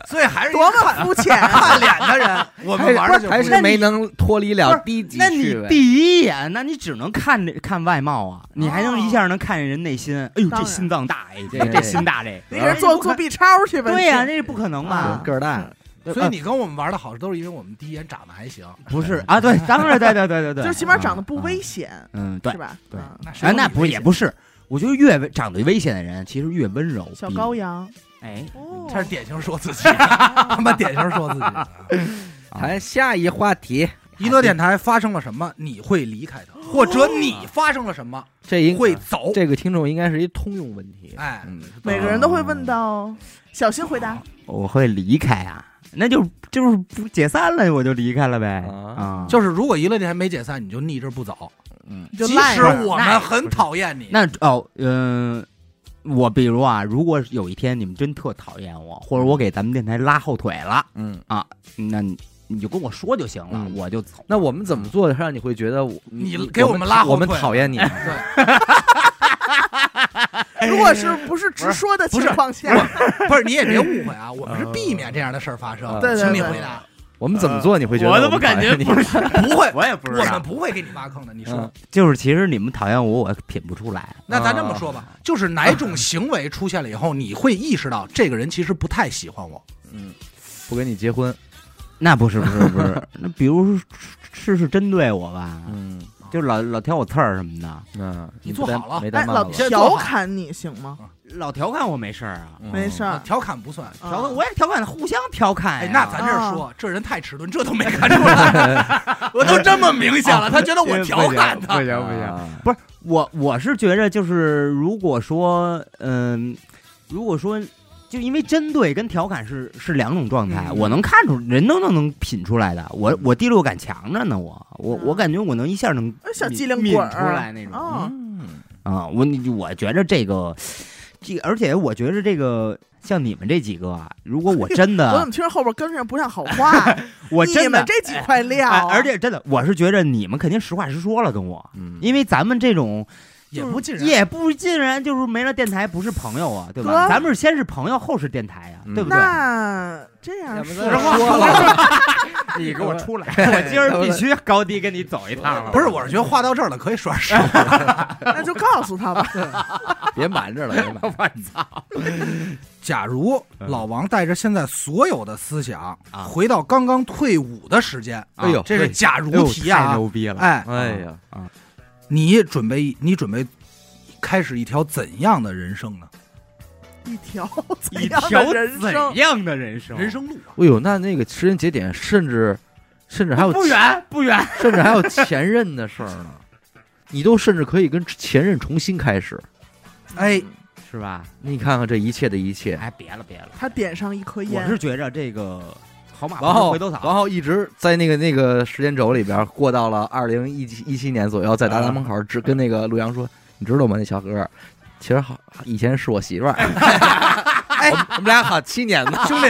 S4: 所以还是一
S3: 多么肤浅 啊！
S4: 看脸的人，我们玩的就
S1: 还
S4: 不
S1: 是
S4: 是
S1: 没能脱离了低级
S2: 那你
S1: 趣味。
S2: 第一眼，那你只能看这看外貌啊，你还能一下能看见人内心。哎呦，
S3: 哦当
S2: 这
S3: 然
S2: 心脏大，哎，这
S1: 对
S2: 这心大这。
S3: 你给做做 B 超去吧。
S2: 对呀、
S3: 你
S2: 那是不可能吧
S3: 啊？
S1: 嗯个儿大，
S4: 所以你跟我们玩的好，都是因为我们第一眼长得还行。
S2: 不是啊，对，当然，对对对对对，
S3: 就起码长得不危
S2: 险，
S3: 险，
S2: 嗯，对
S3: 是，吧？
S2: 对
S3: 嗯
S4: 那谁
S2: 哎，
S4: 说
S2: 那
S4: 你
S2: 不是
S4: 危
S2: 也
S4: 险
S2: 不是，我觉得越危长得危险的人，其实越温柔。
S3: 小
S2: 比
S3: 羔，羊
S2: 哎，
S3: 哦，
S4: 他是典型说自己，他妈典型说自己。啊
S1: 咱下一话题，
S4: 一德电台发生了什么？你会离开他，或者你发生了什么
S1: 这应
S4: 会走？
S1: 这个听众应该是一通用问题。
S4: 哎，
S1: 嗯，
S3: 每个人都会问
S2: 嗯
S3: 到，小心回答。
S2: 我会离开啊，那就就是不解散了，我就离开了呗
S1: 啊
S2: 啊，
S4: 就是如果一乐电台没解散，你就逆着不走。
S2: 嗯，
S3: 就
S4: 即
S3: 赖
S4: 使
S3: 着
S4: 我们很讨厌你，
S2: 那哦，嗯。我比如啊，如果有一天你们真特讨厌我，或者我给咱们电台拉后腿了，
S1: 嗯，
S2: 那你你就跟我说就行了，
S1: 嗯
S2: 我就走。
S1: 那我们怎么做让你会觉得我
S4: 你
S1: 我
S4: 给我们拉后
S1: 我们
S4: 腿
S1: 讨厌你？
S3: 如果是不是直说的情况下，哎
S4: 不是你也别误会啊，我们是避免这样的事儿发生。
S1: 嗯对
S3: 对
S4: 请你
S3: 对
S4: 回答，
S1: 我们怎么做你会觉得们讨厌你？
S2: 是？
S4: 不会，
S2: 我也不
S4: 我们不会给你挖坑的。你说
S1: 嗯，
S2: 就是其实你们讨厌我，我品不出来。
S4: 那咱这么说吧，就是哪种行为出现了以后，你会意识到这个人其实不太喜欢我。
S1: 不跟你结婚？
S2: 那不是不是不是，那比如是是是针对我吧，
S1: 嗯
S2: 就老老挑我刺儿什么的，
S1: 啊，
S4: 你
S1: 不
S4: 做
S1: 戴
S4: 好了
S1: 没戴
S3: 哎，
S1: 帽
S3: 老
S1: 子？
S4: 先坐好
S3: 调侃你行吗？
S2: 老调侃我没事儿啊，
S1: 嗯
S3: 没事儿，
S4: 调侃不算，
S3: 啊
S2: 调侃我也调侃，互相调侃
S4: 哎
S2: 呀。，啊
S4: 那咱这儿说，这人太迟钝，这都没看出来， 我都这么明显了，他觉得我调侃他。
S2: 啊行
S1: 啊
S2: 不是我我是觉着就是如果说嗯，如果说。就因为针对跟调侃是是两种状态，
S4: 嗯
S2: 我能看出，人都能能品出来的。我我第六感强着呢，我我我
S3: 嗯
S2: 感觉我能一下能
S3: 哎小
S2: 抿
S3: 机灵
S2: 抿
S3: 鬼儿
S2: 出来那种。
S3: 哦，
S1: 嗯
S2: 啊、我你我觉着这个，这而且我觉着这个，像你们这几个啊，如果我真
S3: 我怎
S2: 的
S3: 么，听着后边跟上不像好话？
S2: 我
S3: 你
S2: 真
S3: 们
S2: 的，
S3: 这几块料
S2: 哎
S3: 啊，，
S2: 而且真的，我是觉着你们肯定实话实说了跟我，
S1: 嗯，
S2: 因为咱们这种
S4: 也
S2: 就是
S4: 不尽然
S2: 也不尽然，就是没了电台不是朋友啊，对吧？
S3: 哥
S2: 咱们是先是朋友，后是电台呀、
S1: 嗯
S2: 对不对？
S3: 那这样说
S1: 实话说 了，你给我出
S2: 来！ 我今儿必须高低跟你走一趟了。
S4: 不是，我是觉得话到这儿了，可以说 实
S3: 那就告诉他吧。
S1: 别瞒着了，别瞒着了。
S2: 我操！
S4: 假如老王带着现在所有的思想
S2: 啊
S4: 回到刚刚退伍的时间，啊
S1: 哎呦
S4: 这是假如
S2: 哎呦
S4: 题啊
S2: 太！牛逼了！
S4: 哎，
S1: 哎呀，
S4: 你准备你准备开始一条怎样的人生呢？
S3: 一 条
S2: 一
S3: 怎样
S2: 条
S3: 的人
S2: 怎
S3: 生？
S2: 样的人生？
S4: 人生路啊，
S1: 哎呦，那那个时间节点，甚至甚至还有
S2: 不远不远。
S1: 甚至还有前任的事儿呢。你都甚至可以跟前任重新开始，
S4: 哎，
S3: 嗯
S2: 是吧？
S1: 你看看这一切的一切。
S2: 哎，别了别了，
S3: 他点上一颗
S2: 我
S3: 烟
S2: 是，觉着这个好马
S1: 然
S2: 不吃
S1: 后，
S2: 回头
S1: 然
S2: 草，啊
S1: 后一直在那个那个时间轴里边过到了二零一七一七年左右，在
S2: 嗯
S1: 达达门口，只跟那个陆阳说：“你知道吗？那小哥，其实好以前是我 媳妇儿，我们我们俩好七年呢，
S4: 兄弟，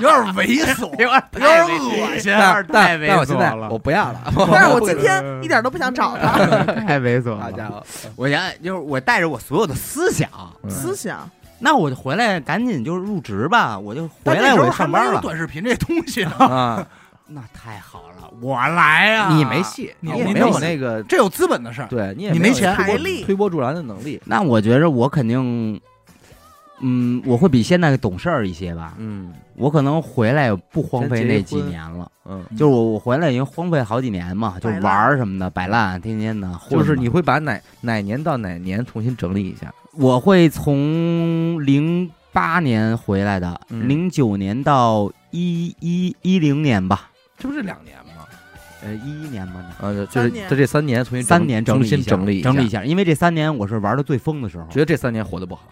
S4: 有点猥 琐，
S2: 点
S4: 有点恶心。
S1: 但
S2: 太
S1: 但
S2: 猥
S1: 但我现在
S2: 琐了嗯
S1: 我不要了，
S3: 但是我今天一点都不想找他。
S2: 太猥琐
S1: 好家
S2: 了。
S1: 伙，嗯
S2: 我想就是我带着我所有的思想，
S3: 思想，
S2: 那我就回来赶紧就入职吧，我就回
S4: 但那
S2: 来
S4: 时
S2: 我
S4: 候
S2: 就
S4: 还
S2: 上
S4: 没
S2: 班
S4: 有
S2: 了。
S4: 短视频这东西呢，
S1: 啊，
S2: 那太好了，我来啊！
S1: 你没。戏，
S4: 你
S1: 也
S4: 你
S1: 没有
S4: 没戏
S1: 那个，
S4: 这有资本的事儿。
S1: 对你也
S4: 你
S1: 没
S4: 没
S1: 有
S4: 钱
S1: 推波
S3: 财力
S1: 推波助澜的能力，
S2: 那我觉着我肯定，嗯，我会比现在懂事儿一些吧。
S1: 嗯
S2: 我可能回来也不荒废
S1: 先结
S2: 那
S1: 一
S2: 几
S1: 婚
S2: 年了，
S1: 嗯，
S2: 就是我我回来已经荒废好几年嘛，就
S3: 摆烂
S2: 玩儿什么的，摆烂，天天的混嘛。
S1: 就是你会把哪哪年到哪年重新整理一下，
S2: 我会从零八年回来的，
S1: 嗯
S2: 零九、年到一一一零年吧，
S4: 这不是两年吗？
S2: 呃，一一年吧，
S1: 啊，就就
S3: 三
S1: 是
S3: 年
S1: 在这三年重新整
S2: 三年
S1: 重
S2: 整理
S1: 新
S2: 一下，
S1: 整
S2: 整
S1: 理
S2: 一下，因为这三年我是玩的最疯的时候，
S1: 觉得这三年活得不好，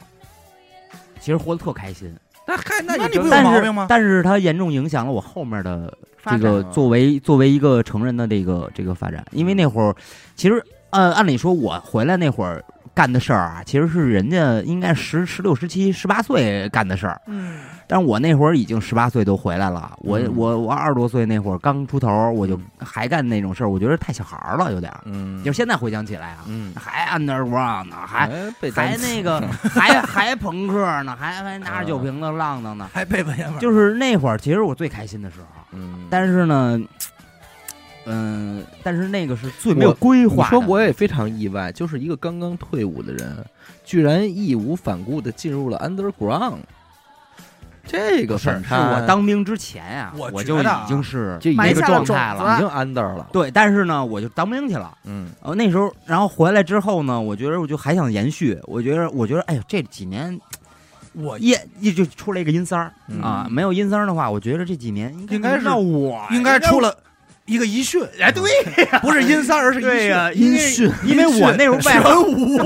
S2: 其实活得特开心，
S4: 那还那
S3: 那
S4: 你
S3: 你
S4: 这
S3: 不
S4: 有毛
S3: 有
S2: 但
S4: 病
S2: 是
S4: 吗？
S2: 但是它严重影响了我后面的
S3: 发
S2: 这
S3: 展
S2: 个作为作为一个成人的这个这个发展，因为那会儿其实按按理说我回来那会儿干的事儿啊，其实是人家应该十十六、十七、十八岁干的事儿，
S3: 嗯，
S2: 但是我那会儿已经十八岁都回来了，我、
S1: 嗯
S2: 我我二十多岁那会儿刚出头，我就
S1: 嗯
S2: 还干那种事儿，我觉得太小孩儿了，有点儿，
S1: 嗯
S2: 就是现在回想起来啊，
S1: 嗯，哎
S2: 还 underground 呢，还。
S1: 还
S3: 哎
S1: 被
S2: 还那个，还还朋克呢，还还拿着酒瓶子浪荡呢，
S4: 还背文言文，
S2: 就是那会儿，其实我最开心的时候，
S1: 嗯，
S2: 但是呢，嗯、但是那个是最没有
S1: 我
S2: 规
S1: 你
S2: 划的。
S1: 说我也非常意外，就是一个刚刚退伍的人，居然义无反顾的进入了 underground，这个
S2: 是
S1: 反
S2: 是
S1: 差
S2: 我当兵之前啊，
S4: 我
S2: 我
S4: 觉
S2: 就
S4: 得
S2: 已
S4: 啊
S2: 经是
S1: 就已
S2: 那
S3: 埋
S2: 个
S3: 下了
S2: 状
S3: 种
S2: 态
S3: 子
S2: 了。
S1: 已经 under 了，
S2: 对，但是呢，我就当兵去了。
S1: 嗯
S2: 呃，那时候，然后回来之后呢，我觉得我就还想延续，我觉得，我觉得，哎呦，这几年
S4: 我
S2: 一一就出来一个阴三儿
S1: 嗯
S2: 啊，没有阴三儿的话，我觉得这几年
S4: 应该是
S2: 到我
S4: 应该出了一个一训，
S2: 哎，对
S4: 不是阴三，而是
S2: 对
S4: 呀，
S2: 呀，因
S1: 音
S2: 为
S1: 讯
S2: 因为我那时候外号
S4: 文武，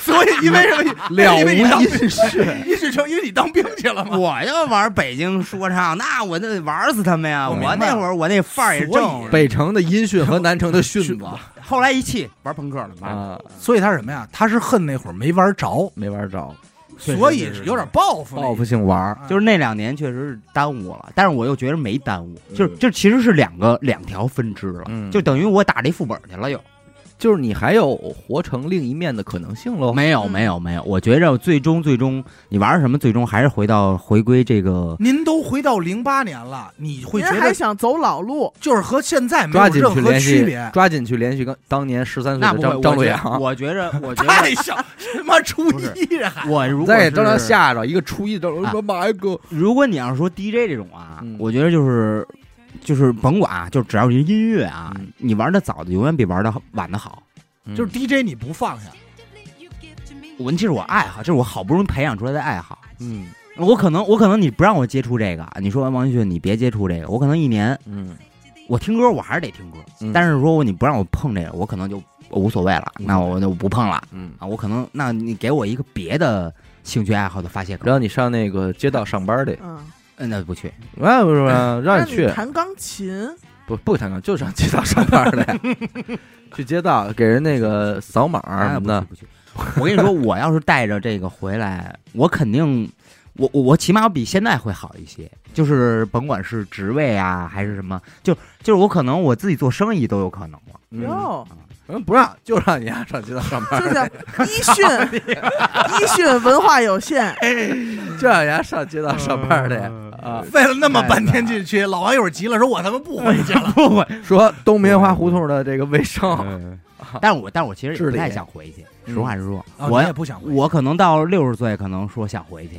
S4: 所以因为 什
S2: 啊
S4: 么
S1: 了
S4: 因为你当
S1: 无
S4: 兵
S1: 音讯，
S4: 一训成，因为你当兵去了嘛，
S2: 我要玩北京说唱，那我那玩死他们呀！
S4: 我
S2: 我
S4: 明白
S2: 那会儿我那范儿也正。
S1: 北城的音讯和南城的训
S4: 训
S1: 子
S4: 吧
S2: 后来一气玩朋克了，玩
S1: 啊，
S4: 所以他是什么呀？他是恨那会儿没玩着，
S1: 没玩着，
S2: 确实
S4: 所
S2: 确
S4: 以
S2: 实
S4: 有点报复那
S1: 报复性玩儿，
S4: 啊
S2: 就是那两年确实是耽误我了，但是我又觉得没耽误，
S1: 嗯
S2: 就是就其实是两个两条分支了，
S1: 嗯
S2: 就等于我打这副本去了又。
S1: 就是你还有活成另一面的可能性喽。
S2: 没有
S3: 嗯
S2: 没有没有，我觉着最终最终你玩什么，最终还是回到回归这个。
S4: 您都回到零八年了，你会觉
S3: 您还
S4: 得
S3: 想走老路，
S4: 就是和现在没有
S1: 抓紧
S4: 任
S1: 去
S4: 何
S1: 联
S4: 区
S1: 系
S4: 别，。
S1: 抓紧去联系刚当年十三岁
S2: 那
S1: 的
S2: 不会，
S1: 张张
S2: 我
S1: 洛
S2: 觉
S1: 阳。
S2: 我觉着 我觉
S4: 太
S2: 着
S4: 小，他妈初
S2: 不是
S4: 一啊还
S2: 我如果
S1: 再给张良
S2: 是
S1: 吓着，一个初一张良说：“妈呀哥，
S2: 如果你要是说 DJ 这种啊，
S1: 嗯
S2: 我觉得就是就是甭管啊，就只要是音乐啊，
S1: 嗯
S2: 你玩的早的永远比玩的晚的好。
S1: 嗯
S4: 就是 DJ 你不放下，
S2: 我这是我爱好，这是我好不容易培养出来的爱好。
S1: 嗯
S2: 我可能我可能你不让我接触这个，你说王迅你别接触这个，我可能一年
S1: 嗯
S2: 我听歌我还是得听歌，
S1: 嗯
S2: 但是说你不让我碰这个，我可能就无所谓了，
S1: 无所谓
S2: 那我就不碰了
S1: 嗯。
S2: 啊。我可能那你给我一个别的兴趣爱好的发泄口
S1: 让，你上那个街道上班去，
S3: 嗯，
S2: 嗯，那不去。
S1: 那不是吗？让
S3: 那
S1: 你去，
S3: 弹钢琴，
S1: 不不谈杠，就上街道上班的呀，去街道给人那个扫码
S2: 啊
S1: 什么的。
S2: 不去不去。我跟你说，我要是带着这个回来，我肯定，我我我起码比现在会好一些。就是甭管是职位啊，还是什么，就就是我可能我自己做生意都有可能了。
S1: 嗯，
S3: 哟，
S1: 人不让，就让你啊上街道上班，
S3: 就是 一训，一训文化有限，
S1: 就让人家上街道 上班的
S2: 嗯
S1: 啊。
S4: 费了那么半天劲去，老王一会儿急了，说我他妈不回去了，
S2: 不会，
S1: 说东棉花胡同的这个卫
S2: 嗯
S1: 生，
S2: 哦但是我但是我其实也
S1: 治
S2: 不
S1: 理
S2: 太想回去。
S1: 嗯
S2: 实话实说，
S4: 啊
S2: 我
S4: 你也不想回去。
S2: 我可能到六十岁，可能说想回去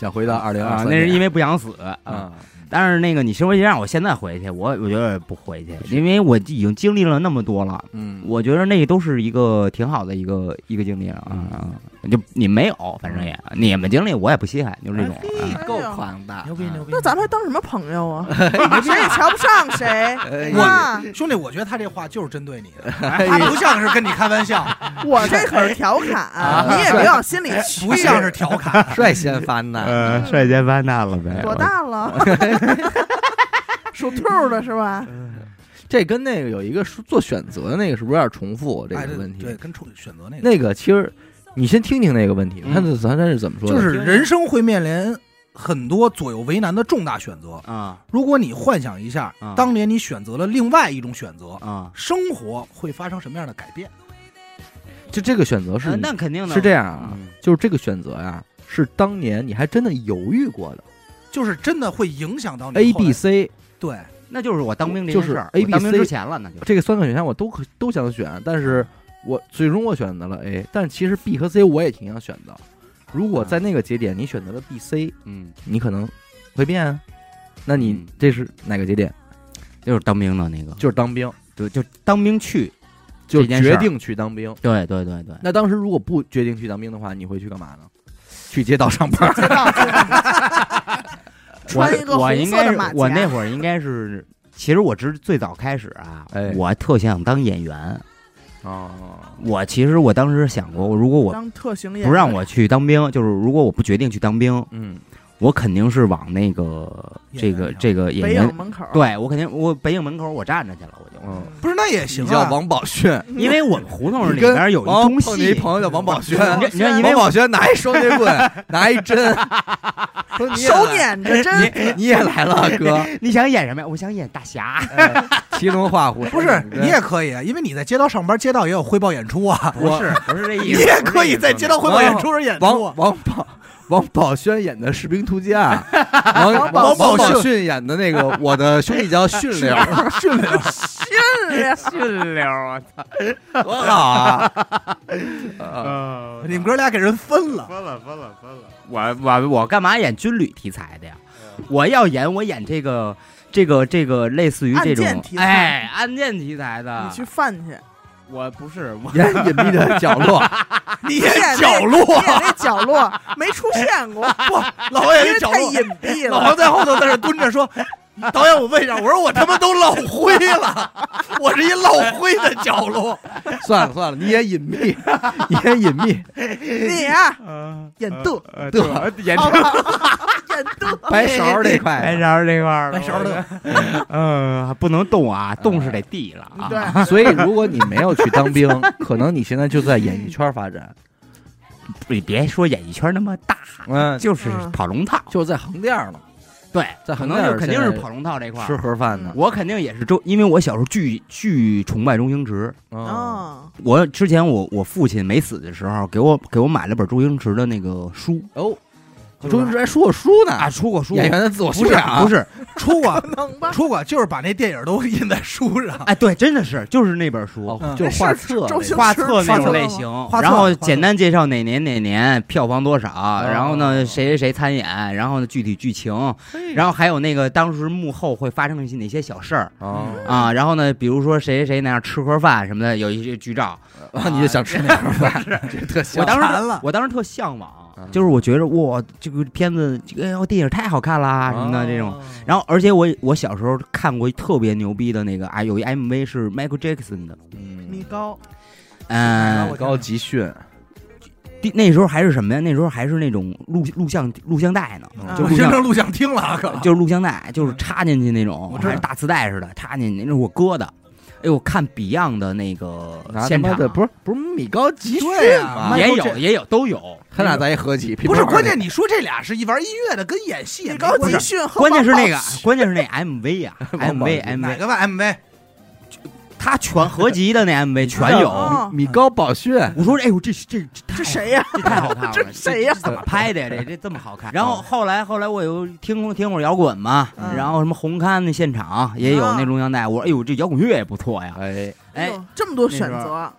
S1: 想回到二零二
S2: 啊，
S1: 三，
S2: 那是因为不想死啊。
S1: 啊，
S2: 但是那个你稍微让我现在回去，我我觉得不回去，因为我已经经历了那么多了。
S1: 嗯，
S2: 我觉得那都是一个挺好的一个一个经历了啊，就你没有，反正也你们经历我也不稀罕，就是这种
S3: 哎
S2: 啊。
S3: 呦
S1: 够狂的，
S4: 牛逼牛逼！
S3: 那咱们还当什么朋友啊？谁也瞧不上谁
S1: 哎
S3: 啊！
S4: 兄弟，我觉得他这话就是针对你的，
S1: 哎
S4: 他不像是跟你开 玩笑，
S3: 我这可是调侃，你也别往心里去。
S4: 不像是调侃。
S1: 率先翻 的，
S2: 呃，瞬间发难了呗
S3: 多？大了？属兔的是吧？
S1: 这跟那个有一个说做选择的那个是不是有点重复？这
S4: 哎
S1: 个问题，
S4: 对，跟处选择那个，
S1: 那个其实你先听听那个问题，
S2: 嗯
S1: 看这咱这是怎么说的？
S4: 就是人生会面临很多左右为难的重大选择。
S2: 啊
S4: 如果你幻想一下
S2: 啊，
S4: 当年你选择了另外一种选择，
S2: 啊，
S4: 生活会发生什么样的改变？
S1: 就这个选择是
S2: 呃那肯定的，
S1: 是这样啊，
S2: 嗯
S1: 就是这个选择呀，是当年你还真的犹豫过的
S4: 就是真的会影响到你
S1: ，A、
S4: 嗯后来
S1: B、C
S4: 对，
S2: 那就是我当兵这件事儿，
S1: 就是 A
S2: 我当
S1: B
S2: 兵
S1: C
S2: 之前了，那就
S1: 这个三个选项我都可都想选，但是我最终我选择了 A，但其实 B 和 C 我也挺想选的。如果在那个节点你选择了 B、C，
S2: 嗯，
S1: 你可能会变啊。那你
S2: 嗯
S1: 这是哪个节点？
S2: 就是当兵的那个，
S1: 就是当兵，
S2: 就就当兵去，
S1: 就
S2: 这件事
S1: 决
S2: 儿
S1: 定去当兵。
S2: 对对对对，
S1: 那当时如果不决定去当兵的话，你会去干嘛呢？去街道上班。
S3: 穿一个
S2: 我我
S3: 红
S2: 应
S3: 色
S2: 该
S3: 的
S2: 是
S3: 马甲，
S2: 我那会儿应该是，其实我之最早开始啊
S1: 哎，
S2: 我特想当演员，
S1: 哦，
S2: 我其实我当时想过，如果我
S3: 当特型演员
S2: 不让我去当兵，就是如果我不决定去当兵，
S1: 嗯
S2: 我肯定是往那个
S4: 演
S2: 这
S4: 员
S2: 个
S4: 上
S2: 这个演
S3: 北
S2: 员
S3: 影，门口，
S2: 对我肯定我北影门口我站着去了，我就。
S1: 嗯，
S4: 不是那也
S1: 你
S4: 行
S1: 叫
S4: 啊，
S1: 王宝炫，
S3: 嗯
S2: 因为我们胡同里
S1: 你跟
S2: 边有一
S1: 王
S2: 中
S1: 碰见
S2: 戏
S1: 一，朋友叫哦王宝轩，
S2: 你知你知道因
S1: 王
S2: 为我
S1: 宝轩拿一双截棍，拿一针，说你也
S3: 手
S1: 来
S3: 捻着针，
S1: 你你也来了，哥，
S2: 你想演什么呀？我想演大侠。
S1: 骑龙画虎，
S4: 不是 你也可以，因为你在街道上班，街道也有汇报演出 啊，
S1: 不是
S2: 不是 这
S4: 你
S2: 意思，
S4: 也可以在街道汇报演出时演出
S1: 王
S4: 啊。
S1: 王宝王宝轩演的《士兵突击》，啊王王
S4: 宝
S1: 王宝
S4: 迅
S1: 迅演的那个《我的兄弟叫训溜》，
S4: 训练
S3: 训呀，
S2: 训溜啊！
S1: 多好啊！ 啊
S5: 呃
S4: 你们哥俩给人分了，
S5: 分了分了分了，
S2: 我我我干嘛演军旅题材的呀？我要演我演这个这个这个类似于这种
S3: 案件题材
S2: 哎案件题材的。
S3: 你去犯去，
S2: 我不是我
S1: 演隐秘的角落，
S4: 你
S3: 你演
S4: 演
S3: 那
S4: 角
S3: 你
S4: 落，
S3: 演那角落没出现过，
S4: 老王
S3: 因
S4: 演
S3: 为
S4: 那角
S3: 太
S4: 落
S3: 隐，蔽
S4: 老
S3: 了
S4: 王。在后头在那蹲着说：“导演，我问一下，我说我他妈都落灰了，我是一落灰的角落。
S1: 算了算了，你也隐秘， 你也隐秘，
S3: 你啊，
S5: 嗯，
S3: 演
S5: 呃
S3: 嘚
S5: 呃
S1: 嘚
S5: 嘚演
S3: 好
S5: 嘚
S3: 吧， 演嘚，
S1: 白勺这
S2: 白
S1: 块，
S2: 勺这块儿，
S4: 白勺的，
S2: 嗯，不能动啊，动是得地了啊。
S3: 对，
S1: 所以如果你没有去当兵，可能你现在就在演艺圈发展，
S2: 你别说演艺圈那么大，
S1: 嗯，
S2: 就是
S3: 嗯
S2: 跑龙套，
S1: 就是在横店了，
S2: 对，
S1: 在
S2: 可
S1: 横
S2: 能
S1: 店
S2: 就肯定是
S1: 现在
S2: 跑龙套这块
S1: 吃
S2: 儿。
S1: 盒饭呢。
S2: 我肯定也是周，因为我小时候巨巨崇拜周星驰。
S1: 嗯
S3: 嗯，
S2: 我之前我我父亲没死的时候，给我给我买了本周星驰的那个书
S1: 哦，
S2: 就是
S1: 周星驰啊还说我书呢，
S2: 啊，出过书，
S1: 演员的自我修
S2: 不是
S1: 养
S2: 不是，
S4: 出 过啊
S3: 能吧？
S4: 出过，就是把那电影都印在书 上。
S2: 哎，对，真的是就是那本书。
S1: 哦
S4: 嗯
S1: 就是画册
S3: 周
S1: 类
S3: 星
S2: 画
S3: 驰
S2: 册那种类型，
S4: 画册
S2: 然后
S4: 画册哦
S2: 简单介绍哪年哪年票房多少，然后呢谁谁谁参演，然后呢具体剧情，然后还有那个当时幕后会发生的一些哪些小事儿
S1: 哦
S2: 啊，然后呢比如说谁谁谁那样吃盒饭什么的，有一些剧照。
S1: 啊，你就想吃那盒饭，这特香
S2: 我当时
S4: 馋了
S2: 我当时特向往
S1: 嗯，
S2: 就是我觉着哇这个片子这个哎呦电影太好看
S4: 哦
S2: 啦什么的这种。。
S1: 哦
S2: 然后，而且我我小时候看过一特别牛逼的那个啊，有一 MV 是 Michael Jackson 的，
S3: 米
S1: 嗯，
S3: 高，
S2: 嗯、
S4: 我
S1: 高集训，
S2: 第那时候还是什么呀？那时候还是那种录录像录像带呢，
S3: 嗯
S4: 啊我
S2: 就录
S4: 听
S2: 像
S4: 成录像啊厅了，可
S2: 就是录像带，就是插进去那种
S4: 我，知道
S2: 还是大磁带似的插进去，那是我哥的。哎呦，看 Beyond 的那个
S1: 拿他
S2: 现
S1: 妈
S2: 场
S1: 的不是不是米高集训
S4: 对啊
S1: 吗？
S2: 也
S4: Michael
S2: 有
S4: Jackson
S2: 也有都有，
S1: 他俩在一合集，
S4: 不是
S1: 乒乓
S4: 关键，你说这俩是一玩音乐的，跟演戏也没
S3: 米高
S4: 关
S3: 集
S4: 系。
S3: 训和
S2: 关键是那个
S3: 王宝，
S2: 关键是那啊 MV 呀
S1: 王宝
S2: ，MV
S4: 哪
S2: MV，
S4: 个吧 MV？
S2: 他全合集的那 MV 全有。
S3: 哦
S1: 米高宝训，
S2: 我说，哎呦，这这这
S3: 这谁呀？
S2: 这太好看了，
S3: 这谁呀哦
S2: 这怎么拍的呀？这这这么好看。然后后来后来我又听听会儿摇滚嘛，
S3: 嗯
S2: 然后什么红勘那现场也有
S3: 啊
S2: 那录像带，我说哎呦这摇滚乐也不错呀。
S1: 哎，
S3: 哎
S2: 哎
S3: 呦，，这么多
S2: 那
S3: 选
S2: 时候
S3: 择，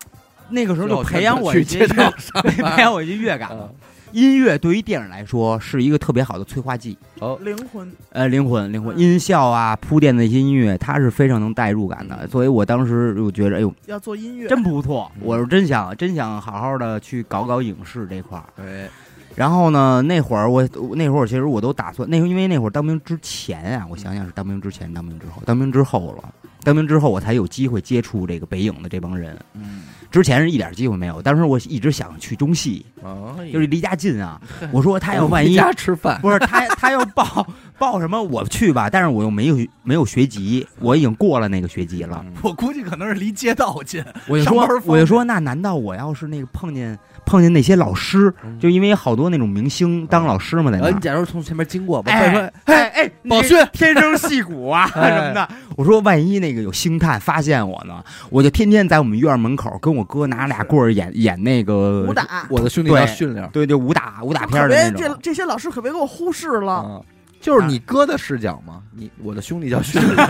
S2: 那个时候就培养我
S1: 去
S2: 一
S1: 街
S2: 些
S1: 道上嗯班
S2: 培养我一些乐感嘛。音乐对于电影来说是一个特别好的催化剂，
S3: 灵魂，
S2: 呃，灵魂灵魂
S3: 嗯
S2: 音效啊，铺垫的一些音乐，它是非常能代入感
S3: 嗯
S2: 的。所以我当时我觉得，哎呦，
S3: 要做音乐，
S2: 真不错，
S1: 嗯
S2: 我是真想真想好好的去搞搞影视这块儿。
S1: 哎，
S2: 然后呢，那会儿我那会儿其实我都打算，那因为那会儿当兵之前啊，我想想是当兵之前，当兵之后，当兵之后了，当兵之后我才有机会接触这个北影的这帮人，
S1: 嗯，
S2: 之前是一点机会没有。当时我一直想去中戏，
S1: 哦哎
S2: 就是离家近 啊，我说他要万
S1: 回
S2: 一
S1: 家吃饭，
S2: 不是他他要报报什么我去吧，但是我又没有没有学籍，我已经过了那个学籍
S1: 嗯
S2: 了，
S4: 我估计可能是离街道 近，
S2: 嗯我就
S4: 上班
S2: 说
S4: 方便
S2: 我就说那难道我要是那个碰见碰见那些老师，
S1: 嗯
S2: 就因为好多那种明星当老师嘛在
S1: 然
S2: 那
S1: 后
S2: 儿
S1: 呃你。假如从前面经过，吧，
S2: 哎
S1: 拜拜
S2: 哎哎，
S1: 宝
S2: 你
S1: 训
S2: 天生戏骨啊什
S1: 哎
S2: 么的。我说万一那个有星探发现我呢，我就天天在我们院门口跟我哥拿俩棍儿演演那个
S3: 武，打。哎
S1: 我的兄弟要
S2: 对
S1: 训练
S2: 对对，武打武打片
S3: 可
S2: 儿的
S3: 别
S2: 那
S3: 这
S2: 种。嗯
S3: 这些老师可别给我忽视
S2: 哦
S3: 了，
S1: 啊，就是你哥的视角嘛，你我的兄弟叫训 练，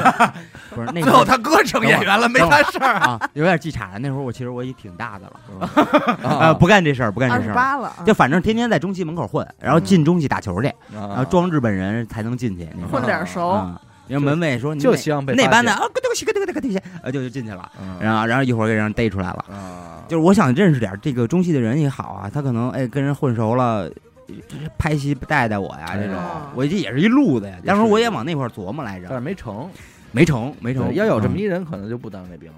S2: 不是那
S4: 最后
S2: 个
S4: 他哥成演员了，没他事儿。
S2: 啊，有点记岔了。那会儿我其实我也挺大的了，
S1: 啊
S2: 啊，不干这事儿，不干
S3: 二
S2: 这
S3: 十
S2: 事儿。
S3: 八了啊
S2: 就，反正天天在中戏门口混，然后进中戏打球去，然
S1: 啊
S2: 后装日本人才能进去。你说
S3: 混点熟，
S2: 啊，然后门卫说你
S1: 就
S2: 哪
S1: 希望被
S2: 哪
S1: 发
S2: 班的
S1: 现
S2: 啊，对不起，对不起，对不起，呃，就就进去了。
S1: 嗯
S2: 然后然后一会儿给人逮出来了。
S1: 啊，
S2: 就是我想认识点儿这个中戏的人也好啊，他可能哎跟人混熟了，这拍戏带带我呀这种，嗯
S3: 啊
S2: 我这也是一路子呀。
S1: 哎是
S2: 当时我也往那块儿琢磨来
S1: 但是
S2: 着，
S1: 没成。
S2: 没成没成。
S1: 对要有这么
S2: 嗯
S1: 一人，可能就不当这兵了，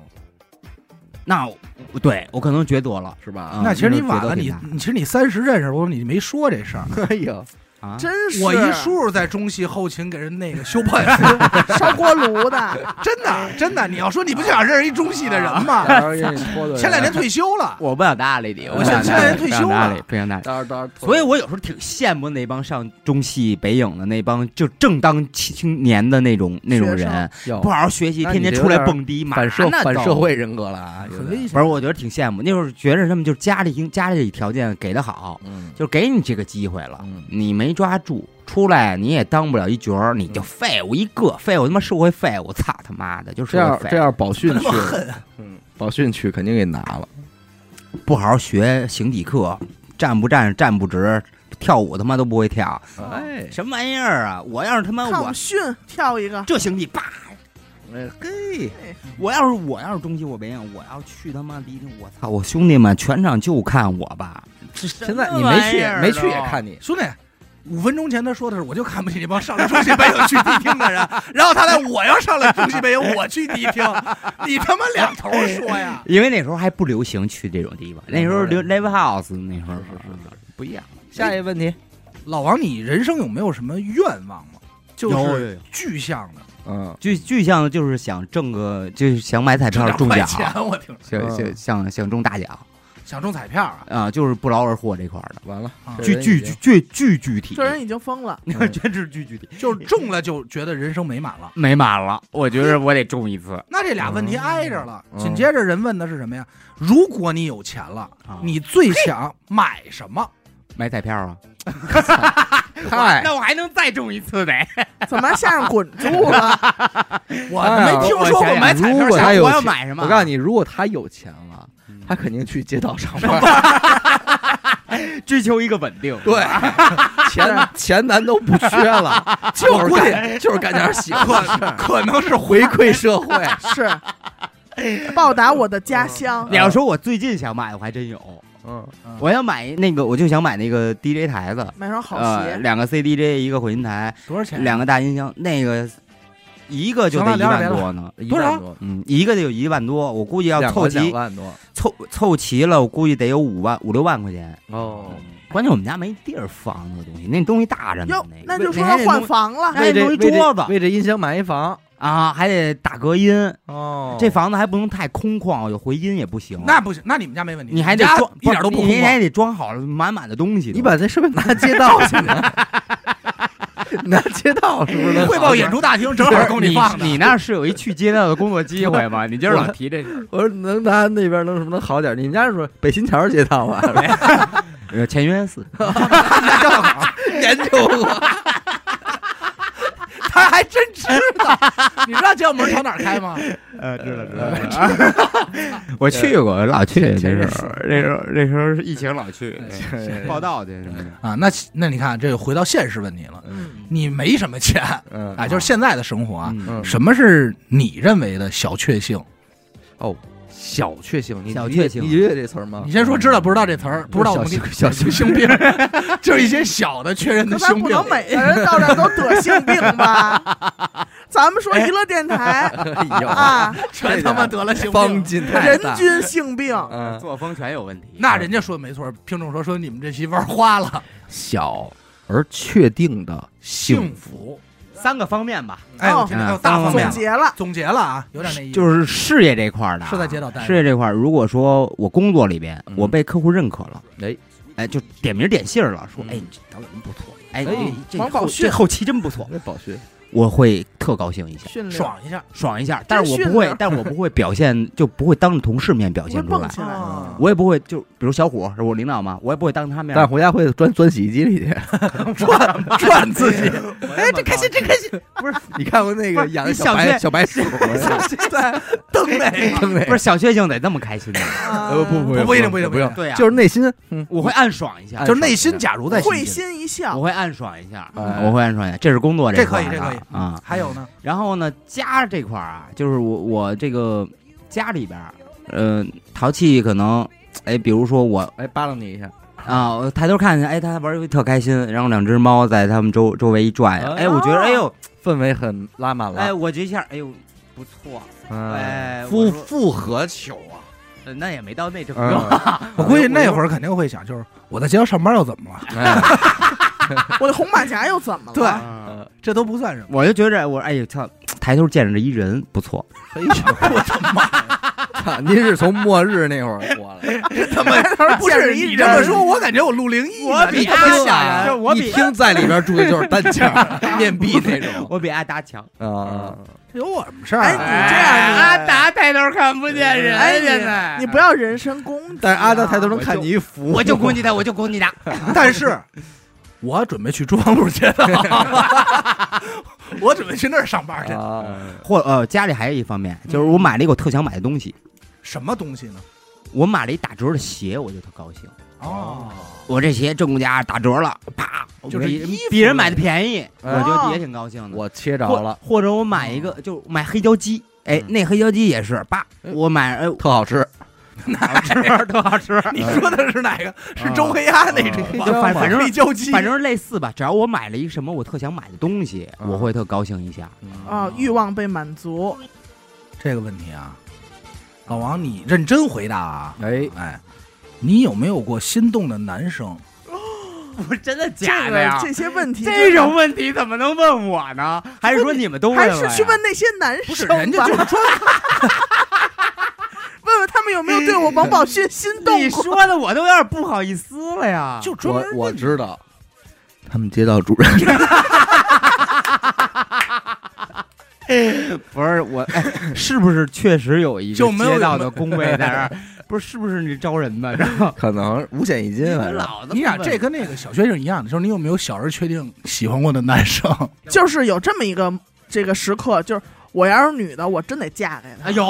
S2: 那我对我可能觉得多了，
S1: 是吧？
S2: 啊
S4: 那其实你晚
S2: 那
S4: 了，
S2: 就觉
S4: 你
S2: 得挺大
S4: 你其实你三十认识我，你没说这事儿。
S1: 哎呦，
S2: 啊，
S3: 真是
S4: 我一叔叔在中戏后勤给人那个修破 瓦斯，
S3: 烧锅炉的，
S4: 真的真的，你要说你不就想认识一中戏的人
S2: 啊
S4: 吗？
S1: 到时候给你拖的。
S4: 前两年退休了，
S2: 我不想搭理你，我
S4: 我
S2: 想
S4: 现在
S2: 搭理
S4: 退休
S2: 不想搭理
S4: 了
S2: 不想搭理。
S1: 到时候，到时候，
S2: 所以我有时候挺羡慕那帮上中戏北影的那帮就正当青年的那种那种
S3: 学
S2: 人
S3: 生，
S1: 有
S2: 不好好学习，
S1: 哦那
S2: 天
S1: 你
S2: 天
S1: 这
S2: 出来
S1: 有点
S2: 蹦迪，嘛
S1: 反社
S2: 呢
S1: 反
S2: 都
S1: 社会人格了啊，有
S4: 很
S1: 点
S4: 危
S2: 不
S4: 险。
S2: 是，我觉得挺羡慕。那会儿觉得他们就是家里经家里条件给的好，
S1: 嗯，
S2: 就给你这个机会了
S1: 嗯，
S2: 你没抓住，出来你也当不了一角儿，你就
S1: 嗯
S2: 废物一个，废物他妈社会废物，操他妈的，就
S1: 这
S2: 是社
S1: 样这
S2: 会废物，
S1: 样宝训
S4: 那
S1: 去
S4: 么，狠，
S1: 嗯，宝训去肯定给拿了。
S2: 不好好学形体课，站不站站不直，跳舞他妈都不会跳，
S1: 哎，
S2: 什么玩意儿啊！我要是他妈
S3: 看我
S2: 我
S3: 们训跳一个，
S2: 这形体，叭，
S1: 哎嘿，
S2: 我要是我要是中戏我北影，我要去他妈迪厅，我操，我兄弟们全场就看我吧。
S1: 现在你没去，没去也看你。
S4: 兄弟。五分钟前他说的是，我就看不起这帮上了中戏北影去迪厅的人，然后他来我要上了中戏北影，我去迪 厅，你他妈两头说呀！
S2: 因为那时候还不流行去这种地方，那时候流 live house 那时候
S1: 不一样。下一个问题，
S4: 老王，你人生有没有什么愿望吗？就是
S2: 有
S4: 具象的，
S1: 嗯，
S2: 具具象的就是想挣个，就是想买彩票
S4: 挣
S2: 中
S4: 两块
S2: 奖，啊
S4: 钱，我听着
S2: 想
S1: 嗯
S2: 想想想中大奖
S4: 想中彩票啊，
S2: 啊，就是不劳而获这块儿的，
S1: 完了
S4: 啊，
S1: 这人
S2: 具
S1: 已
S2: 具
S1: 经
S2: 具具具具体
S3: 这，人已经疯了。
S1: 人
S2: 全是具具体，
S4: 就是中了就觉得人生美满了。
S2: 没满了，我觉得我得中一次
S4: 那这俩问题挨着了，
S1: 嗯
S4: 紧接着人问的是什么呀？如果你有钱了，
S2: 啊
S4: 你最想买什么？
S2: 买彩票啊，
S1: 嗨，
S2: 我还能再中一次得，
S3: 怎么还下上滚 住了？
S4: 我
S1: 哎呀
S4: 没听说
S2: 我想
S4: 过
S2: 想
S4: 买彩
S1: 如
S4: 票
S1: 果
S4: 想
S1: 他有
S2: 我要
S1: 钱
S2: 买什么？
S1: 我告诉你，如果他有钱了，
S2: 嗯，
S1: 他肯定去街道上班。
S2: 追求一个稳定，
S1: 对，钱钱咱都不缺了，就是
S4: 估计
S1: 干就是干点喜欢的事儿，
S4: 可能是
S1: 回馈社 会。
S3: 是报答我的家乡
S2: 你，要说我最近想买，我还真有，
S1: 嗯，
S2: 我要买那个，我就想买那个 DJ 台子，
S3: 买双好
S2: 呃，
S3: 鞋。
S2: 两个 CDJ 一个混音台，
S4: 多少钱？
S2: 两个大音箱，那个一个就得
S4: 行了
S2: 一
S4: 聊着
S2: 万
S4: 聊着
S2: 多呢。
S1: 一
S4: 多少
S1: 万多，
S2: 嗯，一个得有一万多，我估计要
S1: 两
S2: 凑
S1: 个两
S2: 齐
S1: 万多。
S2: 凑凑齐了，我估计得有五万五六万块钱。
S1: 哦，
S2: 关键我们家没地儿放那个东西，那东西大着呢
S3: 哟，，
S2: 那
S3: 那
S2: 个
S3: 就说
S2: 还得
S3: 换
S2: 弄
S3: 房了。
S2: 哎
S1: 为这
S2: 弄一
S1: 为这
S2: 桌子
S1: 为这音箱买一房。
S2: 啊，还得打隔音。
S1: 哦
S2: 这房子还不能太空旷，有回音也不行。
S4: 那不行，那你们家没问题，
S2: 你还
S4: 你
S2: 得
S4: 家
S2: 装，
S4: 一点都不
S2: 你
S4: 空
S2: 你还
S4: 旷。
S2: 得装好了满满的东西都。
S1: 你把这是不是拿街道去 了？拿街道是不是能好点？
S4: 汇报演出大厅正
S2: 不
S4: 好
S2: 是
S4: 供
S2: 你
S4: 放的，
S2: 你那是有一去街道的工作机会吗？你今儿老提 这个。
S1: 我说能拿那边能什么能好点？你们家是说北新桥街道啊 吧？
S2: 呃，前院寺，
S1: 研究 过，
S4: 他还真知道。 你知道街道门朝哪儿开吗？
S2: 呃，知道知道。 我去过，老去那时候，那时候那时候疫情老去报道去什么的。
S4: 啊，那那你看，这又回到现实问题了。
S3: 嗯，
S4: 你没什么钱
S1: 嗯
S4: 啊，就是现在的生活啊。
S2: 嗯，
S1: 嗯
S4: 什么是你认为的小确幸？
S1: 哦，小确幸，你
S2: 小确幸
S1: 你理解这词儿吗
S4: 你？先说知道不知道这词儿？不知道我们给
S1: 小 确幸，
S4: 性病， 就是一些小的确认的
S3: 那咱
S4: 性
S3: 不
S4: 病。
S3: 能每个人到这儿都得性病吧？咱们说娱乐电台
S2: 嗯
S1: 哎呦
S3: 啊，
S4: 全他妈得了性
S1: 方
S4: 病。
S1: 进太
S3: 人
S1: 大，
S3: 均性病，
S1: 嗯，
S2: 作风全有问题。嗯
S4: 那人家说的没错，听众说说你们这媳妇儿花了
S1: 小而确定的
S4: 幸
S1: 幸福，
S4: 福。
S2: 三个方面吧，
S4: 哎，我
S3: 哦
S4: 听着有大方面了，
S3: 总结了，
S4: 总结了啊，有点那意思，
S2: 就是事业这块儿的啊，
S4: 是在街道待着
S2: 事业这块儿，如果说我工作里边
S1: 嗯
S2: 我被客户认可了，
S1: 哎
S2: 哎，就点名点姓儿了，说
S1: 嗯
S2: 哎，你这导演不错，哎，
S1: 哎
S2: 你这
S3: 王宝
S2: 后
S3: 训
S2: 这后期真不错，
S1: 这宝学
S2: 我会特高兴一下，
S3: 训练
S4: 爽一下。
S2: 爽一下。但是我
S3: 训
S2: 不会
S3: 呢，
S2: 但我不会表现，就不会当着同事面表
S3: 会
S2: 现出来
S3: 蹦。起来。
S4: 啊
S2: 我也不会，就比如小虎是我领导嘛，我也不会当他面
S1: 但是回家会钻钻洗衣机里去。
S4: 转转自己，
S2: 哎，这开心，这开心，不是
S1: 你看过那个
S2: 不是
S1: 养
S2: 你
S1: 的小
S2: 小确
S1: 白小白鼠吗？
S4: 蹬那个，
S1: 坑那
S2: 哎不是小确幸得这么开心的，
S3: 啊
S1: 呃不不
S4: 不一定
S1: 不
S4: 不一定
S1: 不用，
S2: 对呀
S1: 就是内心，嗯，
S2: 我会暗爽一下
S1: 哎，
S4: 就是内心假如在
S3: 会
S4: 心，
S3: 心一笑
S2: 我，会暗爽一下，
S1: 哎
S2: 我会暗爽一下，这是工作
S4: 这
S2: 块
S4: 可
S2: 儿
S4: 以，这可以
S2: 啊啊。
S4: 还有呢，
S2: 然后呢，家这块儿啊，就是我我这个家里边儿，呃，淘气可能，哎，比如说我
S1: 哎，扒拉你一下，
S2: 啊，我抬头看见，哎，他玩儿游戏特开心，然后两只猫在他们周周围一转呀，哎，我觉得，哎呦，
S1: 氛围很拉满
S2: 哎，
S1: 了，
S2: 我这一下，哎呦，不错，
S1: 嗯，
S2: 哎，
S4: 复
S2: 夫，
S4: 复合球啊！
S2: 呃那也没到那程度。
S1: 嗯
S3: 啊
S4: 我估计那会儿肯定会想，就是我在街道上班又怎么了？
S1: 哎
S3: 我的红马甲又怎么了？
S4: 对
S2: 啊
S4: 这都不算什么。
S2: 我就觉着我哎呦操，抬头见着一人不错，
S4: 哎呦，我的妈！
S1: 操您是从末日那会儿过来的，
S4: 他妈
S3: 不是
S4: 你这么说，我感觉我录灵异呢，
S2: 我比
S4: 你他妈
S2: 他
S4: 吓人
S2: 就我比
S1: 一听在里边住的就是单间 儿面壁那种
S2: 我比阿达强。
S1: 啊。
S2: 嗯
S4: 有我什么事儿
S3: 哎，你
S4: 啊？
S3: 这样，
S2: 阿达抬头看不见人，
S3: 哎你
S2: 现在
S3: 你不要人身攻击。
S1: 但是阿达抬头能看你一服，
S2: 啊我 就攻击他，我就攻击他。
S4: 但是，我准备去中央路街道，我准备去那儿上班去。
S1: 啊，
S2: 或呃，家里还有一方面，就是我买了一个我特想买的东西，
S4: 什么东西呢？
S2: 我买了一打折的鞋，我就特高兴。
S4: 哦，
S2: 我这鞋正价打折了，啪，
S4: 就是
S2: 我
S4: 衣服
S2: 比人买的便宜，
S1: 哎
S2: 我觉得也挺高兴的。
S1: 我切着
S2: 或
S1: 了，
S2: 或者我买一个，就买黑椒鸡，哎，
S1: 嗯
S2: 那黑椒鸡也是，啪，我买， 哎，
S1: 特好吃。
S2: 好吃，特好吃，
S4: 你说的是哪个？是周黑鸭那种
S1: 啊
S4: 吗？
S2: 就反反正
S4: 黑椒 鸡，
S2: 反正类似吧。只要我买了一什么我特想买的东西，我会特高兴一 下。
S3: 啊，欲望被满足，
S4: 这个问题啊，老王，你认真回答啊！
S1: 哎，
S4: 哎，你有没有过心动的男生？
S2: 不是真的
S3: 这个这些问题，
S2: 这种问题怎么能问我呢？还是说你们都问
S3: 还
S2: 我呀
S3: 是去问那些男
S4: 不
S3: 生吧，
S4: 是，人家就是说，
S3: 问问他们有没有对我王宝炫心动
S2: 你
S3: 过。
S2: 说的我都有点不好意思了 呀。
S4: 就专
S1: 我
S4: 门
S1: 我
S4: 问你
S1: 知道，他们街道主任
S2: 不是 我，哎，是不是确实有一
S4: 就
S2: 个
S4: 没有
S2: 街道的工位在那 儿？不是，是不是你招人呢？然 后
S1: 可能五险一金，反正
S2: 老
S4: 你俩这跟那个小学生一样的，就是你有没有小时候确定喜欢过的男生？
S3: 就是有这么一个这个时刻，就是我要是女的，我真得嫁给
S2: 啊
S3: 他，
S2: 有，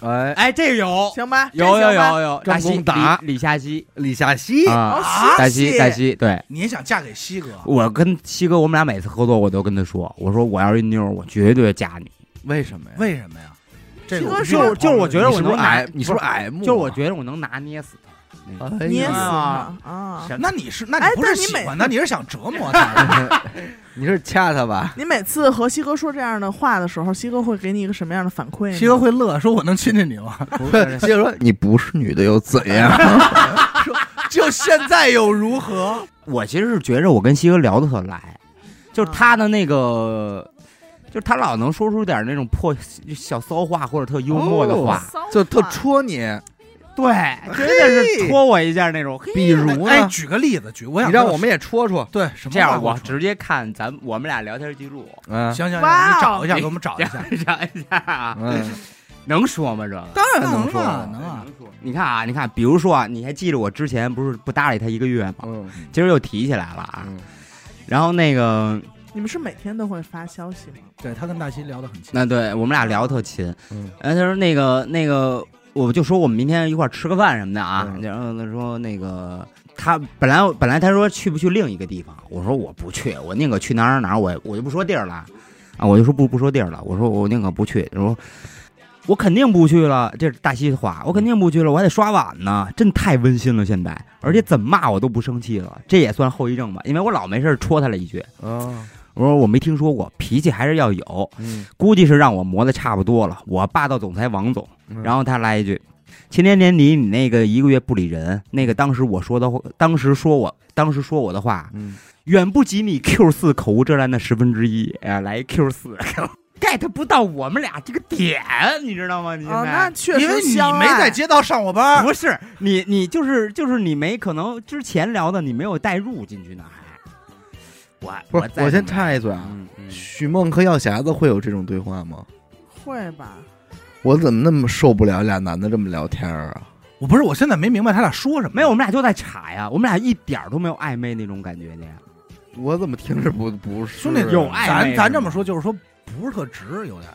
S1: 哎，
S2: 哎，这有
S3: 行吧？
S2: 有有
S3: 这行吧
S2: 有有，
S1: 张
S2: 大西
S1: 公达
S2: 李李夏西
S1: 李夏熙
S2: 啊，
S3: 哦，
S2: 大
S3: 谢
S2: 西
S3: 谢
S2: 大西，对
S4: 你也想嫁给西哥？
S2: 我跟西哥，我们俩每次合作，我都跟他说，我说我要是一妞儿，我绝对嫁你。
S1: 为什么呀？
S4: 为什么呀？这
S3: 西
S4: 个
S3: 哥
S4: 我
S3: 是
S4: 没
S2: 就
S4: 有
S2: 就是我觉得
S1: 你
S2: 我
S1: 是不
S2: 能
S1: 是
S2: 拿
S1: 矮？，你是不是矮木啊？
S2: 就是我觉得我能拿捏死他。那个
S1: 哎呀
S3: 捏死
S2: 啊
S3: 他啊！
S2: 什
S4: 那你是那
S3: 哎
S4: 你不是
S3: 但你
S4: 喜
S3: 每
S4: 欢他，你是想折磨他？
S1: 你是掐他吧？
S3: 你每次和西哥说这样的话的时候，西哥会给你一个什么样的反馈呢？
S4: 西哥会乐，说我能亲亲你吗？
S1: 接着说你不是女的又怎 样？
S4: 就现在又如何？
S2: 我其实是觉着我跟西哥聊得特来，就是他的那个，就是他老能说出点那种破小骚话或者特幽默的话，
S3: 骚
S1: 就特
S3: 话
S1: 戳你，
S2: 哦对，真的是戳我一下那种。嘿
S1: 比如
S4: 哎，
S1: 呢？
S4: 举个例子，举我想
S1: 你让我们也戳戳，
S4: 对什么
S2: 这样
S4: 话
S2: 我
S4: 说
S2: 直接看咱们我们俩聊天记录，
S1: 嗯
S4: 行行行，
S3: 哇哦
S4: 你找一下，给我们找一下。
S2: 想一下啊，
S1: 嗯，
S2: 能说吗？这个
S4: 当然
S1: 能说
S4: 啊，能啊。
S2: 说。你看啊，你看，比如说啊，你还记着我之前不是不搭理他一个月吗？
S1: 嗯
S2: 今儿又提起来了啊。
S1: 嗯
S2: 然后那个，
S3: 你们是每天都会发消息吗？
S4: 对他跟大西聊得很亲，
S2: 那对我们俩聊得特勤，
S1: 嗯
S2: 然后他说那个那个，我就说我们明天一块儿吃个饭什么的啊。
S1: 嗯
S2: 然后他说那个他本来本来他说去不去另一个地方，我说我不去，我宁可去哪儿哪儿，我我就不说地儿了啊，我就说不不说地儿了，我说我宁可不去，他说。我肯定不去了，这是大西的话，我肯定不去了，我还得刷碗呢，真太温馨了现在，而且怎么骂我都不生气了，这也算后遗症吧，因为我老没事儿戳他了一句，
S1: 啊
S2: 我说我没听说过，脾气还是要有，
S1: 嗯，
S2: 估计是让我磨的差不多了。我霸道总裁王总，
S1: 嗯
S2: 然后他来一句：“前年年底你那个一个月不理人，那个当时我说的话，当时说我当时说我的话，
S1: 嗯
S2: 远不及你 Q 四口无遮拦的十分之一。”哎呀，来 Q 四 get 不到我们俩这个点，你知道吗？你现
S3: 哦，那
S2: 在。
S3: 确
S4: 因为
S3: 实啊
S4: 你
S3: 相
S4: 没
S3: 爱
S4: 在街道上过班儿，
S2: 不是你，你就是就是你没可能之前聊的你没有带入进去呢，还
S1: 不
S2: 我
S1: 是，
S2: 再
S1: 我先
S2: 怎么
S1: 插一嘴啊，
S2: 嗯嗯
S1: 许梦和药匣子会有这种对话吗？
S3: 会吧？
S1: 我怎么那么受不了俩男的这么聊天儿啊？
S4: 我不是，我现在没明白他俩说什么。
S2: 没有，我们俩就在查呀，我们俩一点儿都没有暧昧那种感觉的呀。
S1: 我怎么听着不不是
S4: 兄弟，
S2: 有暧昧
S4: 咱
S2: 是
S4: 咱这
S2: 吗
S4: 么说，就是说不是特直，有点。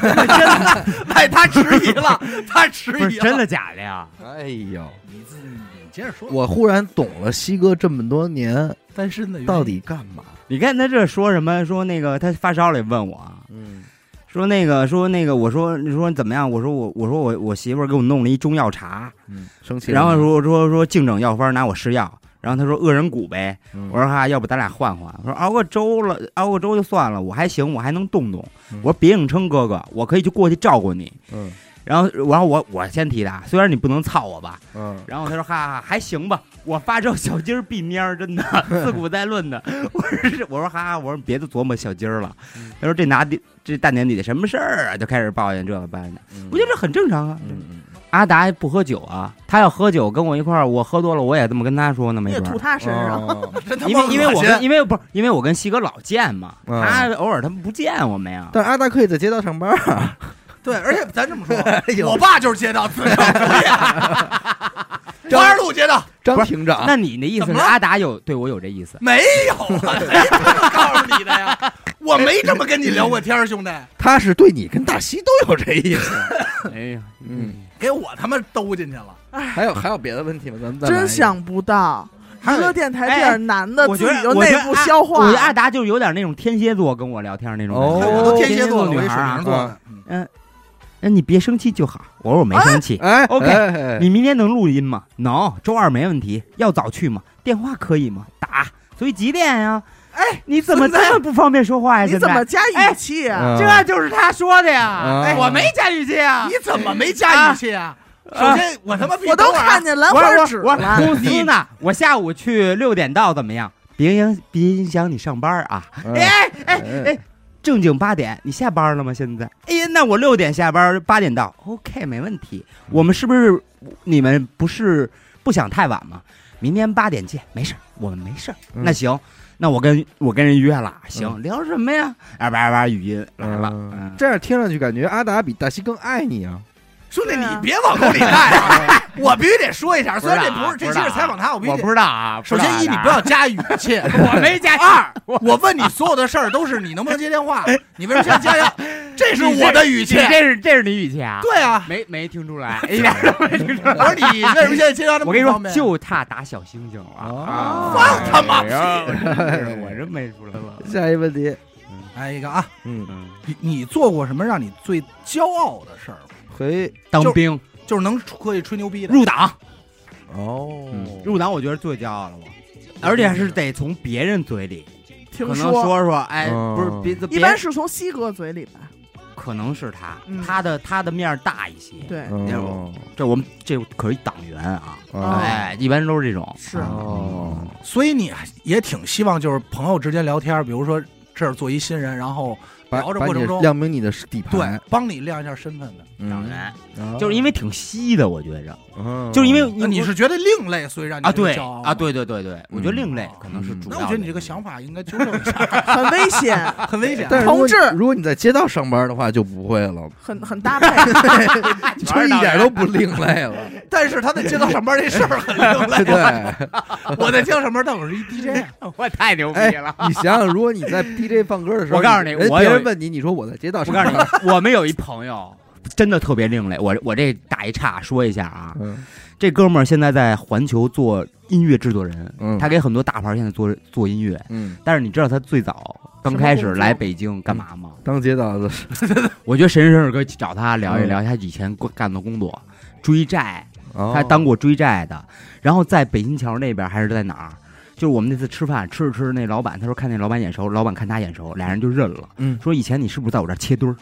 S2: 真的，
S4: 哎，他迟 疑了， 他迟
S2: 不
S4: 疑
S2: 是
S4: 了。
S2: 真的假的呀？
S1: 哎呦，
S4: 你自己你接着说，
S1: 我忽然懂了西哥这么多年
S4: 单身的原因
S1: 到底干嘛。
S2: 你看他这说什么？说那个他发烧了，问我
S1: 嗯，
S2: 说那个说那个，我说你说怎么样？我说我我说我我媳妇儿给我弄了一中药
S1: 啊
S2: 茶，
S1: 生气了
S2: 然
S1: 吗。
S2: 后说说说净整药方拿我试药。然后他说饿人骨呗，
S1: 嗯，
S2: 我说哈、要不咱俩换换？我说熬个粥了，熬个粥就算了，我还行，我还能动动
S1: 嗯。
S2: 我说别硬撑哥哥，我可以去过去照顾你。
S1: 嗯
S2: 然后，然后我我先提的，啊，虽然你不能操我吧，
S1: 嗯，
S2: 然后他说哈哈哈还行吧，我发咒小鸡儿闭面儿，真的 自古在论的。我说我说哈哈，我说别的琢磨小鸡儿了。他说这拿地这大年底的什么事儿啊，就开始抱怨这个抱怨那。我觉得这很正常啊。
S1: 嗯
S2: 阿达不喝酒啊，他要喝酒跟我一块儿，我喝多了我也这么跟他说呢，
S3: 你
S2: 没
S3: 也
S2: 准
S3: 吐
S2: 儿。
S3: 他身上，
S1: 嗯，
S4: 真他
S2: 因
S4: 妈
S2: 为因为我
S4: 恶心
S2: 跟因为不是因为我跟西哥老见嘛，
S1: 嗯
S2: 他偶尔他们不见我们呀。
S1: 但是阿达可以在街道上班啊，
S4: 对，而且咱这么说
S1: 呦，
S4: 我爸就是街道自由职业，花儿路街道
S1: 张
S2: 不是
S1: 庭长，
S2: 那你的意
S4: 怎
S2: 思是
S4: 么了
S2: 阿达有对我有这意思？
S4: 没有啊，谁他妈告诉你的呀？我没这么跟你聊过天儿，兄弟，
S1: 他是对你跟大西都有这意思。
S2: 哎呀，
S1: 嗯，
S4: 给我他妈兜进去了。
S1: 还有还有别的问题吗？咱们再来一
S3: 真
S1: 个，
S3: 想不到，娱
S2: 还有
S3: 乐电台这样男的
S2: 我
S3: 自
S2: 觉得
S3: 己就
S2: 我觉
S3: 内
S2: 得啊
S3: 部
S2: 阿
S3: 消
S2: 我
S3: 化
S2: 觉得，阿达就是有点那种天蝎座跟我聊天那种
S1: 哦
S2: 感觉。
S4: 我都天蝎座
S2: 座
S4: 了，
S2: 女
S4: 我是
S2: 孩
S4: 水
S2: 啊
S4: 瓶，座的，嗯
S2: 嗯，那你别生气就好。我说我没生气。
S1: 哎
S2: OK，
S1: 哎哎
S2: 你明天能录音吗？能，周二没问题。要早去吗？电话可以吗？打。所以几点呀？
S3: 哎，
S2: 你怎么
S3: 孙子
S2: 这么不方便说话呀？
S3: 你
S2: 现
S3: 怎么
S2: 在
S3: 加
S2: 哎
S3: 语气啊？
S1: 嗯
S2: 这就是他说的呀
S1: 嗯。
S2: 哎我没加语气啊。
S4: 你怎么没加语气啊？首先，我他妈
S3: 啊我都看
S4: 见
S3: 见兰
S2: 啊我
S3: 花指
S2: 我我
S3: 了，
S2: 公司呢？我下午去六点到，怎么样？别影别影响你上班啊！
S1: 嗯
S2: 哎哎
S1: 哎
S2: 哎，正经八点，你下班了吗？现在？哎呀，那我六点下班，八点到，OK，没问题。我们是不是你们不是不想太晚吗？明天八点见，没事儿，我们没事儿。
S1: 嗯
S2: 那行，那我跟我跟人约了，行，
S4: 嗯
S2: 聊什么呀？二八二八语音来了，
S1: 嗯
S2: 嗯，
S1: 这样听上去感觉阿达比大西更爱你啊。
S4: 兄弟，
S3: 对
S4: 你
S3: 啊
S4: 别往沟里带 啊！ 我必须得说一下，虽然这不是
S2: 不
S4: 这
S2: 知道啊
S4: 期是采访他，我必须
S2: 我不
S4: 得。
S2: 知道啊。
S4: 首先一，你不
S2: 知道
S4: 要加语气。
S2: 啊，我 没加
S4: 二
S2: 二，我
S4: 我问你所有的事儿都是你能不能接电话，你为什么先加 上？ 这是我的语气
S2: 你。哎 这是这是你语气啊？
S4: 对啊，
S2: 没没听出 来，一点儿都没 听出来。
S4: 我 说你为什么现在接上这么
S2: 我跟你
S4: 方
S2: 说，
S4: 便啊
S2: 就差打小星星了
S1: 哦
S2: 啊！
S4: 放他妈
S2: 哎呀
S4: 屁
S2: 我真是我真没出来了。
S1: 下一问题，
S4: 来一个啊，
S1: 嗯，
S2: 嗯，
S4: 你你做过什么让你最骄傲的事儿吗？
S1: 嘿，
S2: 当兵
S4: 就是能吹可以吹牛逼的。
S2: 入党，
S1: 哦
S2: 入党，我觉得最骄傲了我，嗯而且是得从别人嘴里，可
S3: 听
S2: 能说说，哎，
S1: 嗯
S2: 不是别别，
S3: 一般是从西哥嘴里吧？
S2: 可能是他
S3: 嗯，
S2: 他的他的面儿大一些。，
S3: 对，
S1: 哦，
S2: 这我们这可是党员啊，
S1: 哦
S2: 哎，一般都是这种。嗯
S3: 是
S1: 哦，
S4: 所以你也挺希望就是朋友之间聊天，比如说这儿做一新人，然后
S1: 把
S4: 聊着
S1: 把
S4: 过程
S1: 你
S4: 中
S1: 亮明你的底
S4: 对
S1: 牌，
S4: 帮你亮一下身份的。
S1: 嗯
S2: 党员
S1: 哦
S2: 就是因为挺稀的，我觉着，
S1: 哦
S2: 就是因为
S4: 那你是觉得另类，所以让你
S2: 啊，
S4: 觉得
S2: 对
S4: 骄傲吗
S2: 啊，。对对对对，我觉得另类可能是
S1: 嗯
S2: 主要
S4: 那
S2: 的。
S4: 我觉得你这个想法应该纠正一下，
S3: 很危险，
S4: 很危险。
S1: 但是如果你
S3: 同志
S1: 如果你在街道上班的话，就不会了，
S3: 很很搭配。
S1: 就一点都不另类了。
S4: 但是他在街道上班这事儿很另
S1: 对
S4: 类。
S1: 对，
S4: 我在街道上班，但我是一 DJ，
S2: 我太牛逼
S1: 哎
S2: 了！，
S1: 你想想，如果你在 DJ 放歌的时候，
S2: 我告诉你
S1: 人
S2: 我
S1: 别
S2: 有
S1: 人问你，你说我在街道
S2: 我
S1: 上
S2: 告
S1: 班，
S2: 诉 你，我们有一朋友真的特别另类。我我这打一岔说一下啊，
S1: 嗯
S2: 这哥们儿现在在环球做音乐制作人，
S1: 嗯
S2: 他给很多大牌现在做做音乐。
S1: 嗯，
S2: 但是你知道他最早刚开始来北京干嘛吗？
S1: 当街道的
S2: 我觉得神神二哥去找他聊一聊他以前干的工作，追债，他
S1: 哦
S2: 当过追债的，然后在北新桥那边还是在哪儿？就是我们那次吃饭，吃着吃着，那老板他说看那老板眼熟，老板看他眼熟，俩人就认了。
S1: 嗯
S2: 说以前你是不是在我这儿切墩儿？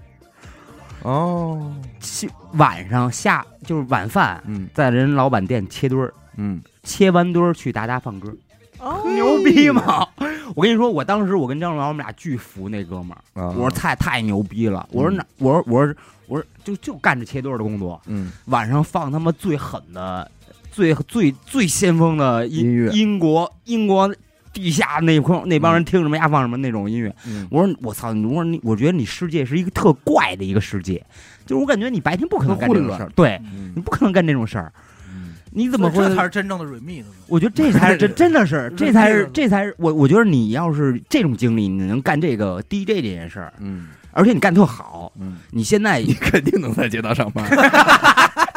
S1: 哦，
S2: 切晚上下就是晚饭，
S1: 嗯
S2: 在人老板店切墩儿，
S1: 嗯，
S2: 切完墩儿去达达放歌，
S3: 哦
S2: 牛逼吗？ 我跟你说，我当时我跟张老板我们俩巨服那哥们儿，
S1: 我
S2: 我说太太牛逼了，我说
S1: 嗯
S2: 哪，我说我说我说就就干这切墩儿的工作，
S1: 嗯
S2: 晚上放他妈最狠的、最最最先锋的英
S1: 音乐
S2: 英国英国地下那块那帮人听什么呀放什么那种音乐。
S1: 嗯
S2: 我说我操，你我说你，我觉得你世界是一个特怪的一个世界，就是我感觉你白天不可能干这种事
S1: 特
S2: 儿，对你
S1: 嗯
S2: 不可能干这种事儿，
S1: 嗯
S2: 你怎么会
S4: 所以？这才是真正的 remix？
S2: 我觉得 这才是这真的是这才是
S4: 这
S2: 这才是我我觉得你要是这种经历，你能干这个 DJ 这件事儿，
S1: 嗯
S2: 而且你干特好，
S1: 嗯，
S2: 你现在
S1: 你肯定能在街道上班，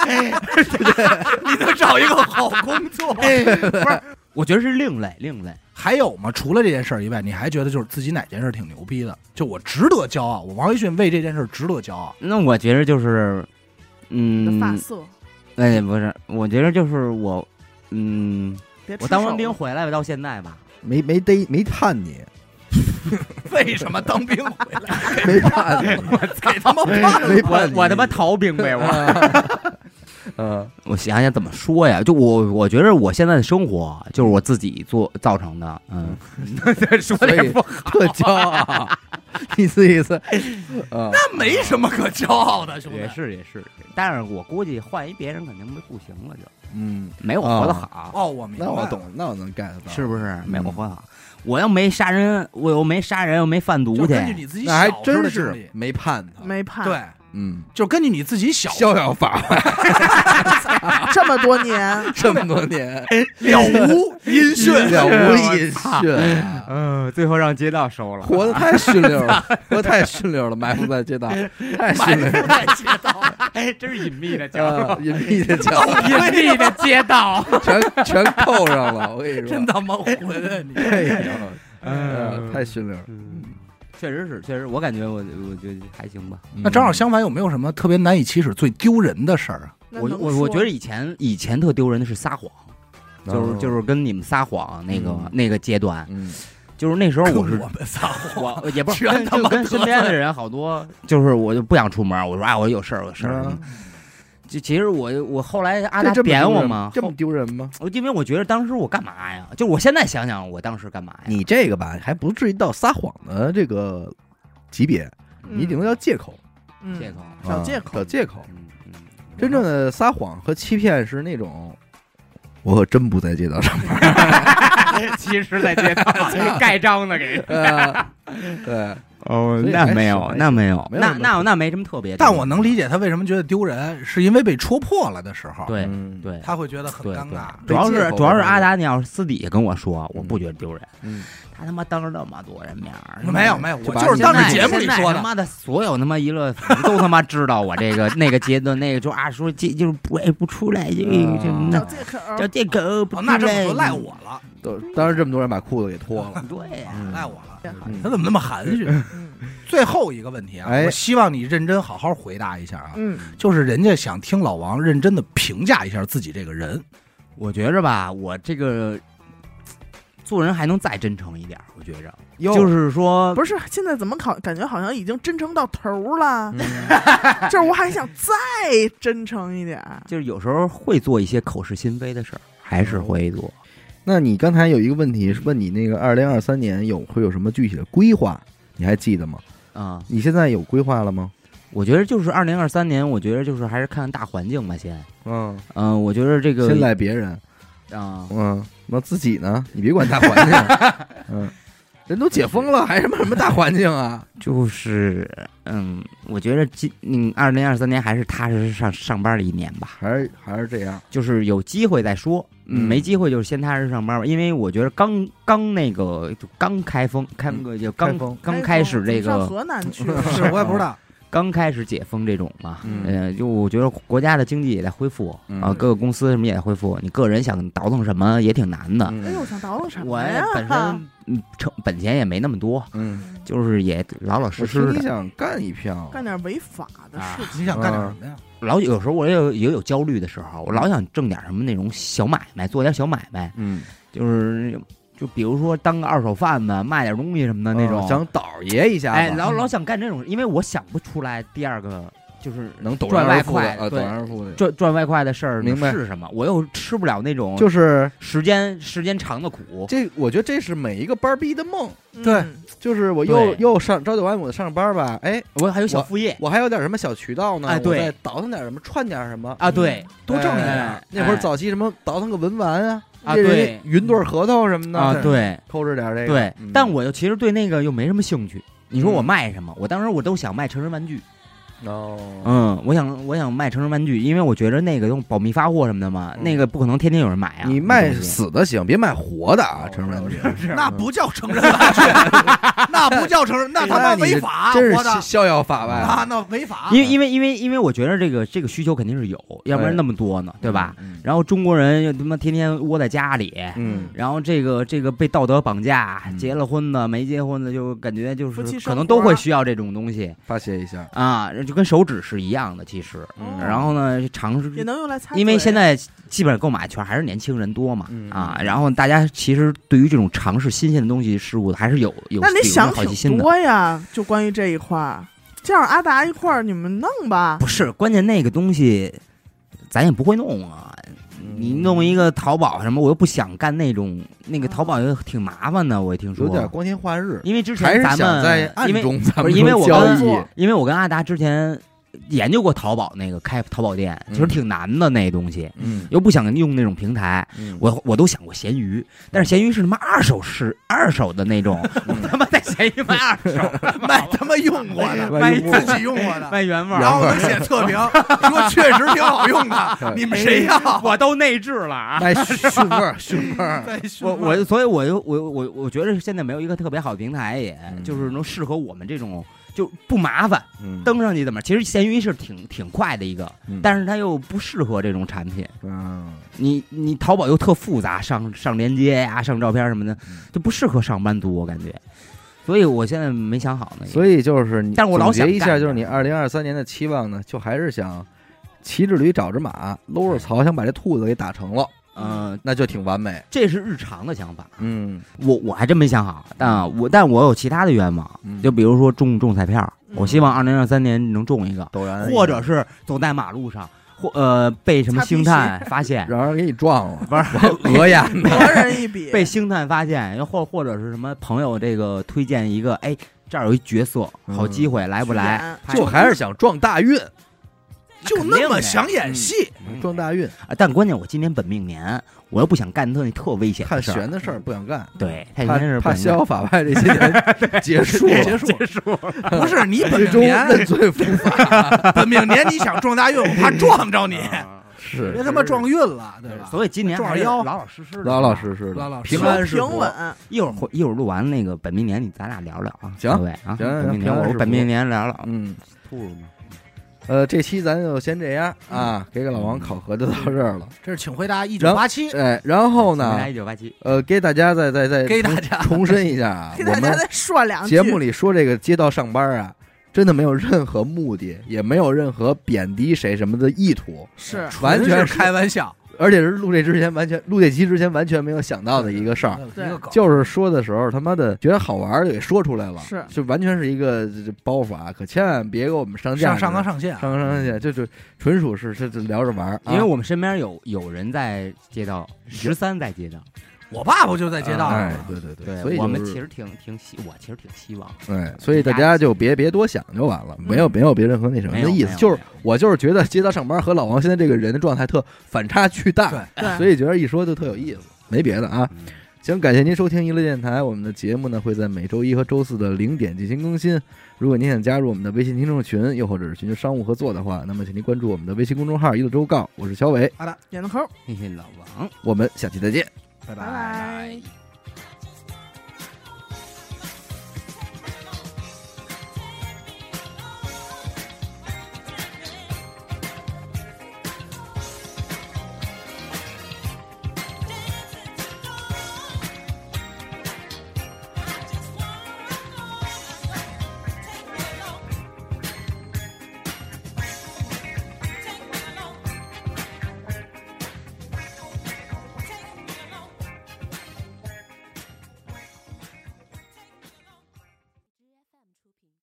S4: 你能找一个好工 作。
S2: 我觉得是另类另类。
S4: 哎还有吗？除了这件事儿以外，你还觉得就是自己哪件事儿挺牛逼的？就我值得骄傲，我王一迅为这件事儿值得骄傲。
S2: 那我觉得就是，
S3: 你的发
S2: 嗯，
S3: 色，
S2: 哎，不是，我觉得就是我，嗯，
S3: 别吃
S2: 我当完
S3: 手
S2: 兵回来到现在吧，
S1: 没没逮没判你，
S4: 为什么当兵回来
S1: 没办法，
S4: 给 他们判了？
S1: 没办
S2: 我
S1: 法，
S2: 我他妈逃兵呗！我
S1: 嗯
S2: 我想想怎么说呀？就我我觉得我现在的生活就是我自己做造成的，嗯，说
S1: 所
S2: 的
S1: 以
S2: 也不
S1: 特骄傲，意思意 思，嗯，
S4: 那没什么可骄傲的，兄弟
S2: 嗯也。是也是，但是我估计换一别人肯定不不行了，就啊
S1: 嗯，
S2: 没我活得好，
S4: 哦，我明白，
S1: 那我。懂，那我能 get 到，
S2: 是不是？没我活得好，我又没杀人，我又没杀人，又没贩毒
S4: 就
S2: 去，
S4: 根据你自己
S1: 那还
S4: 小时候
S1: 真
S4: 的经历
S1: 是，没判他，
S3: 没判，
S4: 对，
S1: 嗯，
S4: 就根据你自己小
S1: 逍遥法外
S3: 这么多 年
S1: 这么多年，
S4: 了无音讯，
S1: 了无音讯啊，
S2: 嗯，最后让街道收了，
S1: 活得太驯溜了， 活得太驯溜了，埋伏在街道，太驯溜了，
S2: 在街道， 哎，真是隐秘的
S1: 啊，隐蔽的角落
S2: 隐秘的街道，
S1: 全全扣上了，我跟你说，
S4: 真他妈混 啊你！
S1: 哎呀，嗯，太驯溜了，
S2: 确实是，确实，我感觉我我觉得还行吧。
S4: 嗯那正好相反，有没有什么特别难以启齿、最丢人的事儿啊？
S3: 那
S2: 我
S3: 能
S2: 我我
S3: 说
S2: 觉得以前以前特丢人的是撒谎，就是就是跟你们撒谎那个
S1: 嗯
S2: 那个阶段，
S1: 嗯，
S2: 就是那时候我是
S4: 我 们仨，
S2: 我也不是
S4: 全
S2: 跟
S4: 他妈
S2: 就跟
S4: 得
S2: 身边的人好多，就是我就不想出门，我说啊我有事儿我有事儿。
S1: 嗯
S2: 就其实我我后来阿
S1: 这
S2: 达
S1: 这么
S2: 扁
S1: 丢
S2: 我
S1: 人
S2: 嘛，
S1: 这
S2: 后
S1: 么丢人吗？
S2: 我因为我觉得当时我干嘛呀？就我现在想想我当时干嘛呀？
S1: 你这个吧，还不至于到撒谎的这个级别，
S3: 嗯
S1: 你顶多叫借口，
S3: 嗯
S2: 借口，
S3: 找
S1: 啊
S3: 借口
S1: 找借口。
S2: 嗯嗯，
S1: 真 正的撒谎和欺骗是那种，我可真不在街道上班。
S2: 其实在街道盖章呢给。
S1: 呃对，
S2: 哦
S1: 所以还
S2: 那没
S1: 是
S2: 有
S1: 还，
S2: 那没有，
S1: 没有
S2: 那
S1: 什么
S2: 那那没什么特别的。
S4: 但我能理解他为什么觉得丢人，是因为被戳破了的时候，
S2: 对
S1: 嗯，
S2: 对，
S4: 他会觉得很
S2: 对
S4: 尴
S2: 对
S4: 尬。
S2: 主要
S1: 被借
S2: 是
S1: 口
S2: 主要是
S1: 了
S2: 阿达，你要是私底下跟我说，我
S1: 嗯
S2: 不觉得丢人。
S1: 嗯
S2: 他他妈当着那么多人面儿，
S4: 没有没有，
S1: 就
S4: 我
S1: 把
S4: 就是
S1: 你
S4: 当
S1: 现
S4: 着
S1: 在
S4: 节目里
S2: 现
S4: 说
S2: 在
S4: 的
S2: 他。妈的所有他妈娱乐粉都他妈知道我这个 那个阶段那个，就啊说这就是不哎不出来就
S1: 啊
S2: 就什么
S3: 找
S2: 的，
S3: 借口，
S2: 叫这狗不
S4: 嗯哦，那
S2: 出来
S4: 这么说赖我了，哦
S1: 都当时这么多人把裤子给脱 了，
S2: 对呀，
S1: 嗯
S4: 赖我了。
S3: 这好
S1: 嗯
S4: 他怎么那么含 蓄？
S3: 嗯
S4: 最后一个问题啊，
S1: 哎
S4: 我希望你认真好好回答一下啊，
S3: 嗯，
S4: 就是人家想听老王认真的评价一下自己这个人，
S2: 我觉着吧，我这个做人还能再真诚一点儿，我觉着就
S1: 就是
S2: 说
S3: 不是，现在怎么考？感觉好像已经真诚到头儿了。
S1: 嗯
S3: 这我还想再真诚一点儿。
S2: 就是有时候会做一些口是心非的事儿，还
S4: 嗯
S2: 是会做。
S1: 那你刚才有一个问题是问你那个二零二三年有会有什么具体的规划？你还记得吗？
S2: 啊、
S1: 你现在有规划了吗？
S2: 我觉得就是二零二三年，我觉得就是还是看大环境吧，先。
S1: 嗯，
S2: 嗯、我觉得这个
S1: 先赖别人，
S2: 啊、
S1: 嗯，那自己呢？你别管大环 境，嗯，人都解封 了，还什么什么大环境 啊？
S2: 就是嗯，我觉得今嗯，二零二三年还是踏实上上班的一年吧，
S1: 还是还是这样，
S2: 就是有机会再说，
S1: 嗯
S2: 没机会就是先踏实上班吧，因为我觉得刚刚那个就刚开封，开
S1: 嗯
S2: 个就刚
S1: 开封
S2: 刚开始这
S3: 哎呦上
S2: 个
S3: 河南 去
S4: 是我也不知道，
S2: 刚开始解封这种嘛，
S1: 嗯
S2: 呃，就我觉得国家的经济也在恢复
S1: 嗯
S2: 啊，各个公司什么也在恢复，你个人想倒腾什么也挺难的。
S3: 哎呦，我想倒腾什
S2: 我
S3: 么呀？
S2: 本身嗯成本钱也没那么多，
S1: 嗯，
S2: 就是也老老实
S1: 我
S2: 实
S1: 说你
S2: 的。
S1: 想干一票，
S3: 干点违法的
S2: 啊
S3: 事情。
S4: 你想干点什么呀？
S1: 嗯
S2: 老有时候我也有也有焦虑的时候，我老想挣点什么那种小买卖，做点小买卖，
S1: 嗯，
S2: 就是就比如说当个二手贩子，卖点东西什么的那种。
S1: 嗯想倒爷一下吧，嗯
S2: 哦哎，老老想干这种，因为我想不出来第二个就是
S1: 能抖
S2: 赚
S1: 上
S2: 外
S1: 富的
S2: 快
S1: 啊，抖
S2: 对
S1: 上富的，
S2: 赚赚外快的事儿
S1: 明白
S2: 是什么，我又吃不了那种
S1: 就是
S2: 时间时间长的苦，
S1: 这，我觉得这是每一个班儿逼的梦，
S3: 嗯
S4: 对，
S1: 就是我又
S2: 对
S1: 又上朝九晚五的上班吧，哎，
S2: 我还有小副业
S1: 我还有点什么小渠道呢，
S2: 哎对
S1: 我再倒腾点什么，串点什么。
S2: 啊，对，
S1: 嗯
S4: 多挣一点
S2: 哎
S4: 儿。
S1: 那会儿早期什么倒腾个文玩啊，
S2: 啊
S1: 这人
S2: 对
S1: 云对合同什么的
S2: 啊，对
S1: 偷着点这个。
S2: 对
S1: 嗯，
S2: 但我又其实对那个又没什么兴趣。你说我
S1: 嗯
S2: 卖什么？我当时我都想卖成人玩具，
S1: 哦，
S2: 嗯，我想我想卖成人玩具，因为我觉得那个用保密发货什么的嘛，
S1: 嗯
S2: 那个不可能天天有人买啊。
S1: 你
S2: 那
S1: 卖
S2: 东西
S1: 死的行，别卖活的啊，成人玩具。
S4: 那不叫成 人玩具，那不叫成人，那他妈
S1: 那你
S4: 违法，
S2: 啊
S1: 真
S4: 我
S1: 是
S4: 的
S1: 逍遥法外
S4: 啊，那违法。
S2: 因为因为因为因为我觉得这个这个需求肯定是有，要不然
S1: 对
S2: 那么多呢，对吧？？
S1: 嗯
S2: 然后中国人又他妈天天窝在家里，
S1: 嗯，
S2: 然后这个这个被道德绑架，
S1: 嗯
S2: 结了婚的没结婚的，就感觉就
S3: 夫妻
S2: 是
S3: 生
S2: 可能都
S3: 活
S1: 啊
S2: 会需要这种东西
S1: 发泄一下。
S2: 啊，就跟手指是一样的，其实。
S1: 嗯
S2: 然后呢，就尝
S3: 也
S2: 试，
S3: 能用来擦嘴。
S2: 因为现在基本上购买圈还是年轻人多嘛啊
S1: 嗯
S2: 啊，然后大家其实对于这种尝试新鲜的东西事物还是有有
S3: 那你
S2: 几
S3: 想
S2: 个好记
S3: 挺
S2: 性的。
S3: 多呀，就关于这一块儿，叫上阿达一块儿你们弄吧。
S2: 不是，关键那个东西，咱也不会弄啊。
S1: 嗯
S2: 你弄一个淘宝什么，我又不想干那种那个淘宝
S3: 嗯
S2: 也挺麻烦的，我也听
S1: 嗯
S2: 说。
S1: 有点光天化日，
S2: 因为之
S1: 还
S2: 前
S1: 是
S2: 咱
S1: 想在
S2: 们
S1: 暗
S2: 因为
S1: 中咱
S2: 不
S1: 们
S2: 是因为我
S1: 交
S2: 刚
S1: 易，
S2: 因为我跟阿达之前研究过淘宝那个开淘宝店，其实
S1: 嗯
S2: 挺难的那东西，
S1: 嗯，
S2: 又不想用那种平台。
S1: 嗯
S2: 我我都想过闲鱼，但是闲鱼是他妈二手市二手的那种，
S1: 嗯
S2: 我他妈在闲鱼卖二手，
S4: 卖他妈用过 的，
S1: 万一不
S4: 自己用过的，
S2: 卖原味
S1: 然
S4: 然
S2: 儿，
S1: 后
S4: 后我写测评，说确实挺好 用的，你们谁要？
S2: 我都内置了啊。
S1: 卖熏味儿，熏味 儿，
S4: 在说
S2: 我我所以我又我我我觉得现在没有一个特别好的平台也，
S1: 嗯
S2: 就是能适合我们这种就不麻烦，
S1: 嗯
S2: 登上去怎么？其实闲鱼是挺挺快的一个，
S1: 嗯
S2: 但是它又不适合这种产品。
S1: 嗯，
S2: 你你淘宝又特复杂，上上链接呀、上照片什么的
S1: 嗯，
S2: 就不适合上班族，我感觉。所以我现在没想好呢。
S1: 所以就是你，
S2: 但是我老
S1: 总
S2: 想
S1: 结一下，
S2: 干
S1: 就是你二零二三年的期望呢，就还是想骑着驴找着马，搂着槽，想把这兔子给打成了，
S2: 呃，
S1: 那就挺完美。
S2: 这是日常的想法，
S1: 嗯，
S2: 我我还真没想好。但我但我有其他的愿望，
S1: 嗯
S2: 就比如说中中彩票，
S3: 嗯
S2: 我希望二零二三年能中一个，
S1: 陡然，
S2: 或者是走在马路上，或呃被什么星探发 现，
S1: 让人给你撞了，
S2: 不是
S1: 鹅 呀，
S3: 活人一比，
S2: 被星探发现，又或或者是什么朋友这个推荐一个，哎，这儿有一角色，好机会，来不来
S3: 嗯？
S2: 拍
S1: 就还是想撞大运，
S4: 就那么想演戏，
S1: 嗯撞大运，
S2: 啊但关键我今年本命年，我又不想干特那特危险
S1: 看
S2: 的事儿
S1: 悬，的事儿不想干，
S2: 对，太
S1: 怕
S2: 悬是
S1: 怕逍遥法外这些年结束了，
S4: 结束结束，不是你本
S1: 嗯最
S4: 命
S1: 终认
S4: 年，
S1: 罪伏法，
S4: 本命年你想撞大运，我怕撞着你，别
S1: 啊是
S4: 他妈撞运了，对吧？
S2: 所以今年
S4: 撞
S2: 还
S4: 着
S2: 是
S4: 腰
S2: 老老实实的，
S1: 老老实实的，
S4: 老老实
S1: 平
S4: 实
S1: 安是
S3: 平
S1: 福
S3: 稳。
S2: 一会儿会一会儿录完那个本命年，你咱俩聊聊啊，
S1: 行
S2: 各位啊，
S1: 行
S2: 本命
S1: 平
S2: 年
S1: 安
S2: 我
S1: 是
S2: 本
S1: 福
S2: 命年聊聊，
S1: 嗯，
S2: 吐了吗？
S1: 呃，这期咱就先这样啊，给给老王考核就到这儿了。
S4: 这是请回答一九八七，
S1: 哎，然后呢，
S2: 来一九八七，
S1: 呃，给大家再再再
S4: 给大
S1: 重
S4: 家
S1: 重申一下啊，
S3: 给大
S1: 我
S3: 家
S1: 们
S3: 再说两句。
S1: 节目里说这个街道上班啊，真的没有任何目的，也没有任何贬低谁什么的意图，
S3: 是
S1: 完全
S4: 纯
S1: 是
S4: 是开玩笑，
S1: 而且是录这之前完全录这期之前完全没有想到的一个事儿。
S4: 一个梗，
S1: 就是说的时候，他妈的觉得好玩儿就给说出来了，
S3: 是
S1: 就完全是一个这这包袱啊，可千万别给我们上架
S4: 上
S1: 子
S4: 上纲上线啊，
S1: 上纲上线，这就纯属是是是聊着玩儿啊，
S2: 嗯因为我们身边有有人在街道，十三在街道，
S4: 我爸不就在街道上
S1: 哎
S4: 吗，？
S1: 对对
S2: 对，
S1: 所以
S2: 我
S1: 就
S2: 们
S1: 是
S2: 其实挺挺希，我其实挺希望
S1: 哎，所以大家就别别多想就完了，没有没有别任何那什么
S2: 嗯没
S1: 的
S2: 有
S1: 意
S2: 没
S1: 思，
S2: 有
S1: 就是
S2: 没有
S1: 我就是觉得街道上班和老王现在这个人的状态特反差巨大，
S3: 对
S1: 所以觉得一说就特有意思，没别的啊。
S2: 嗯
S1: 行，感谢您收听娱乐电台，我们的节目呢会在每周一和周四的零点进行更新。如果您想加入我们的微信听众群，又或者是寻求商务合作的话，那么请您关注我们的微信公众号“娱乐周告”，我是小伟，
S3: 点个扣，
S2: 嘿嘿，老王，
S1: 我们下期再见。
S4: 拜
S3: 拜拜。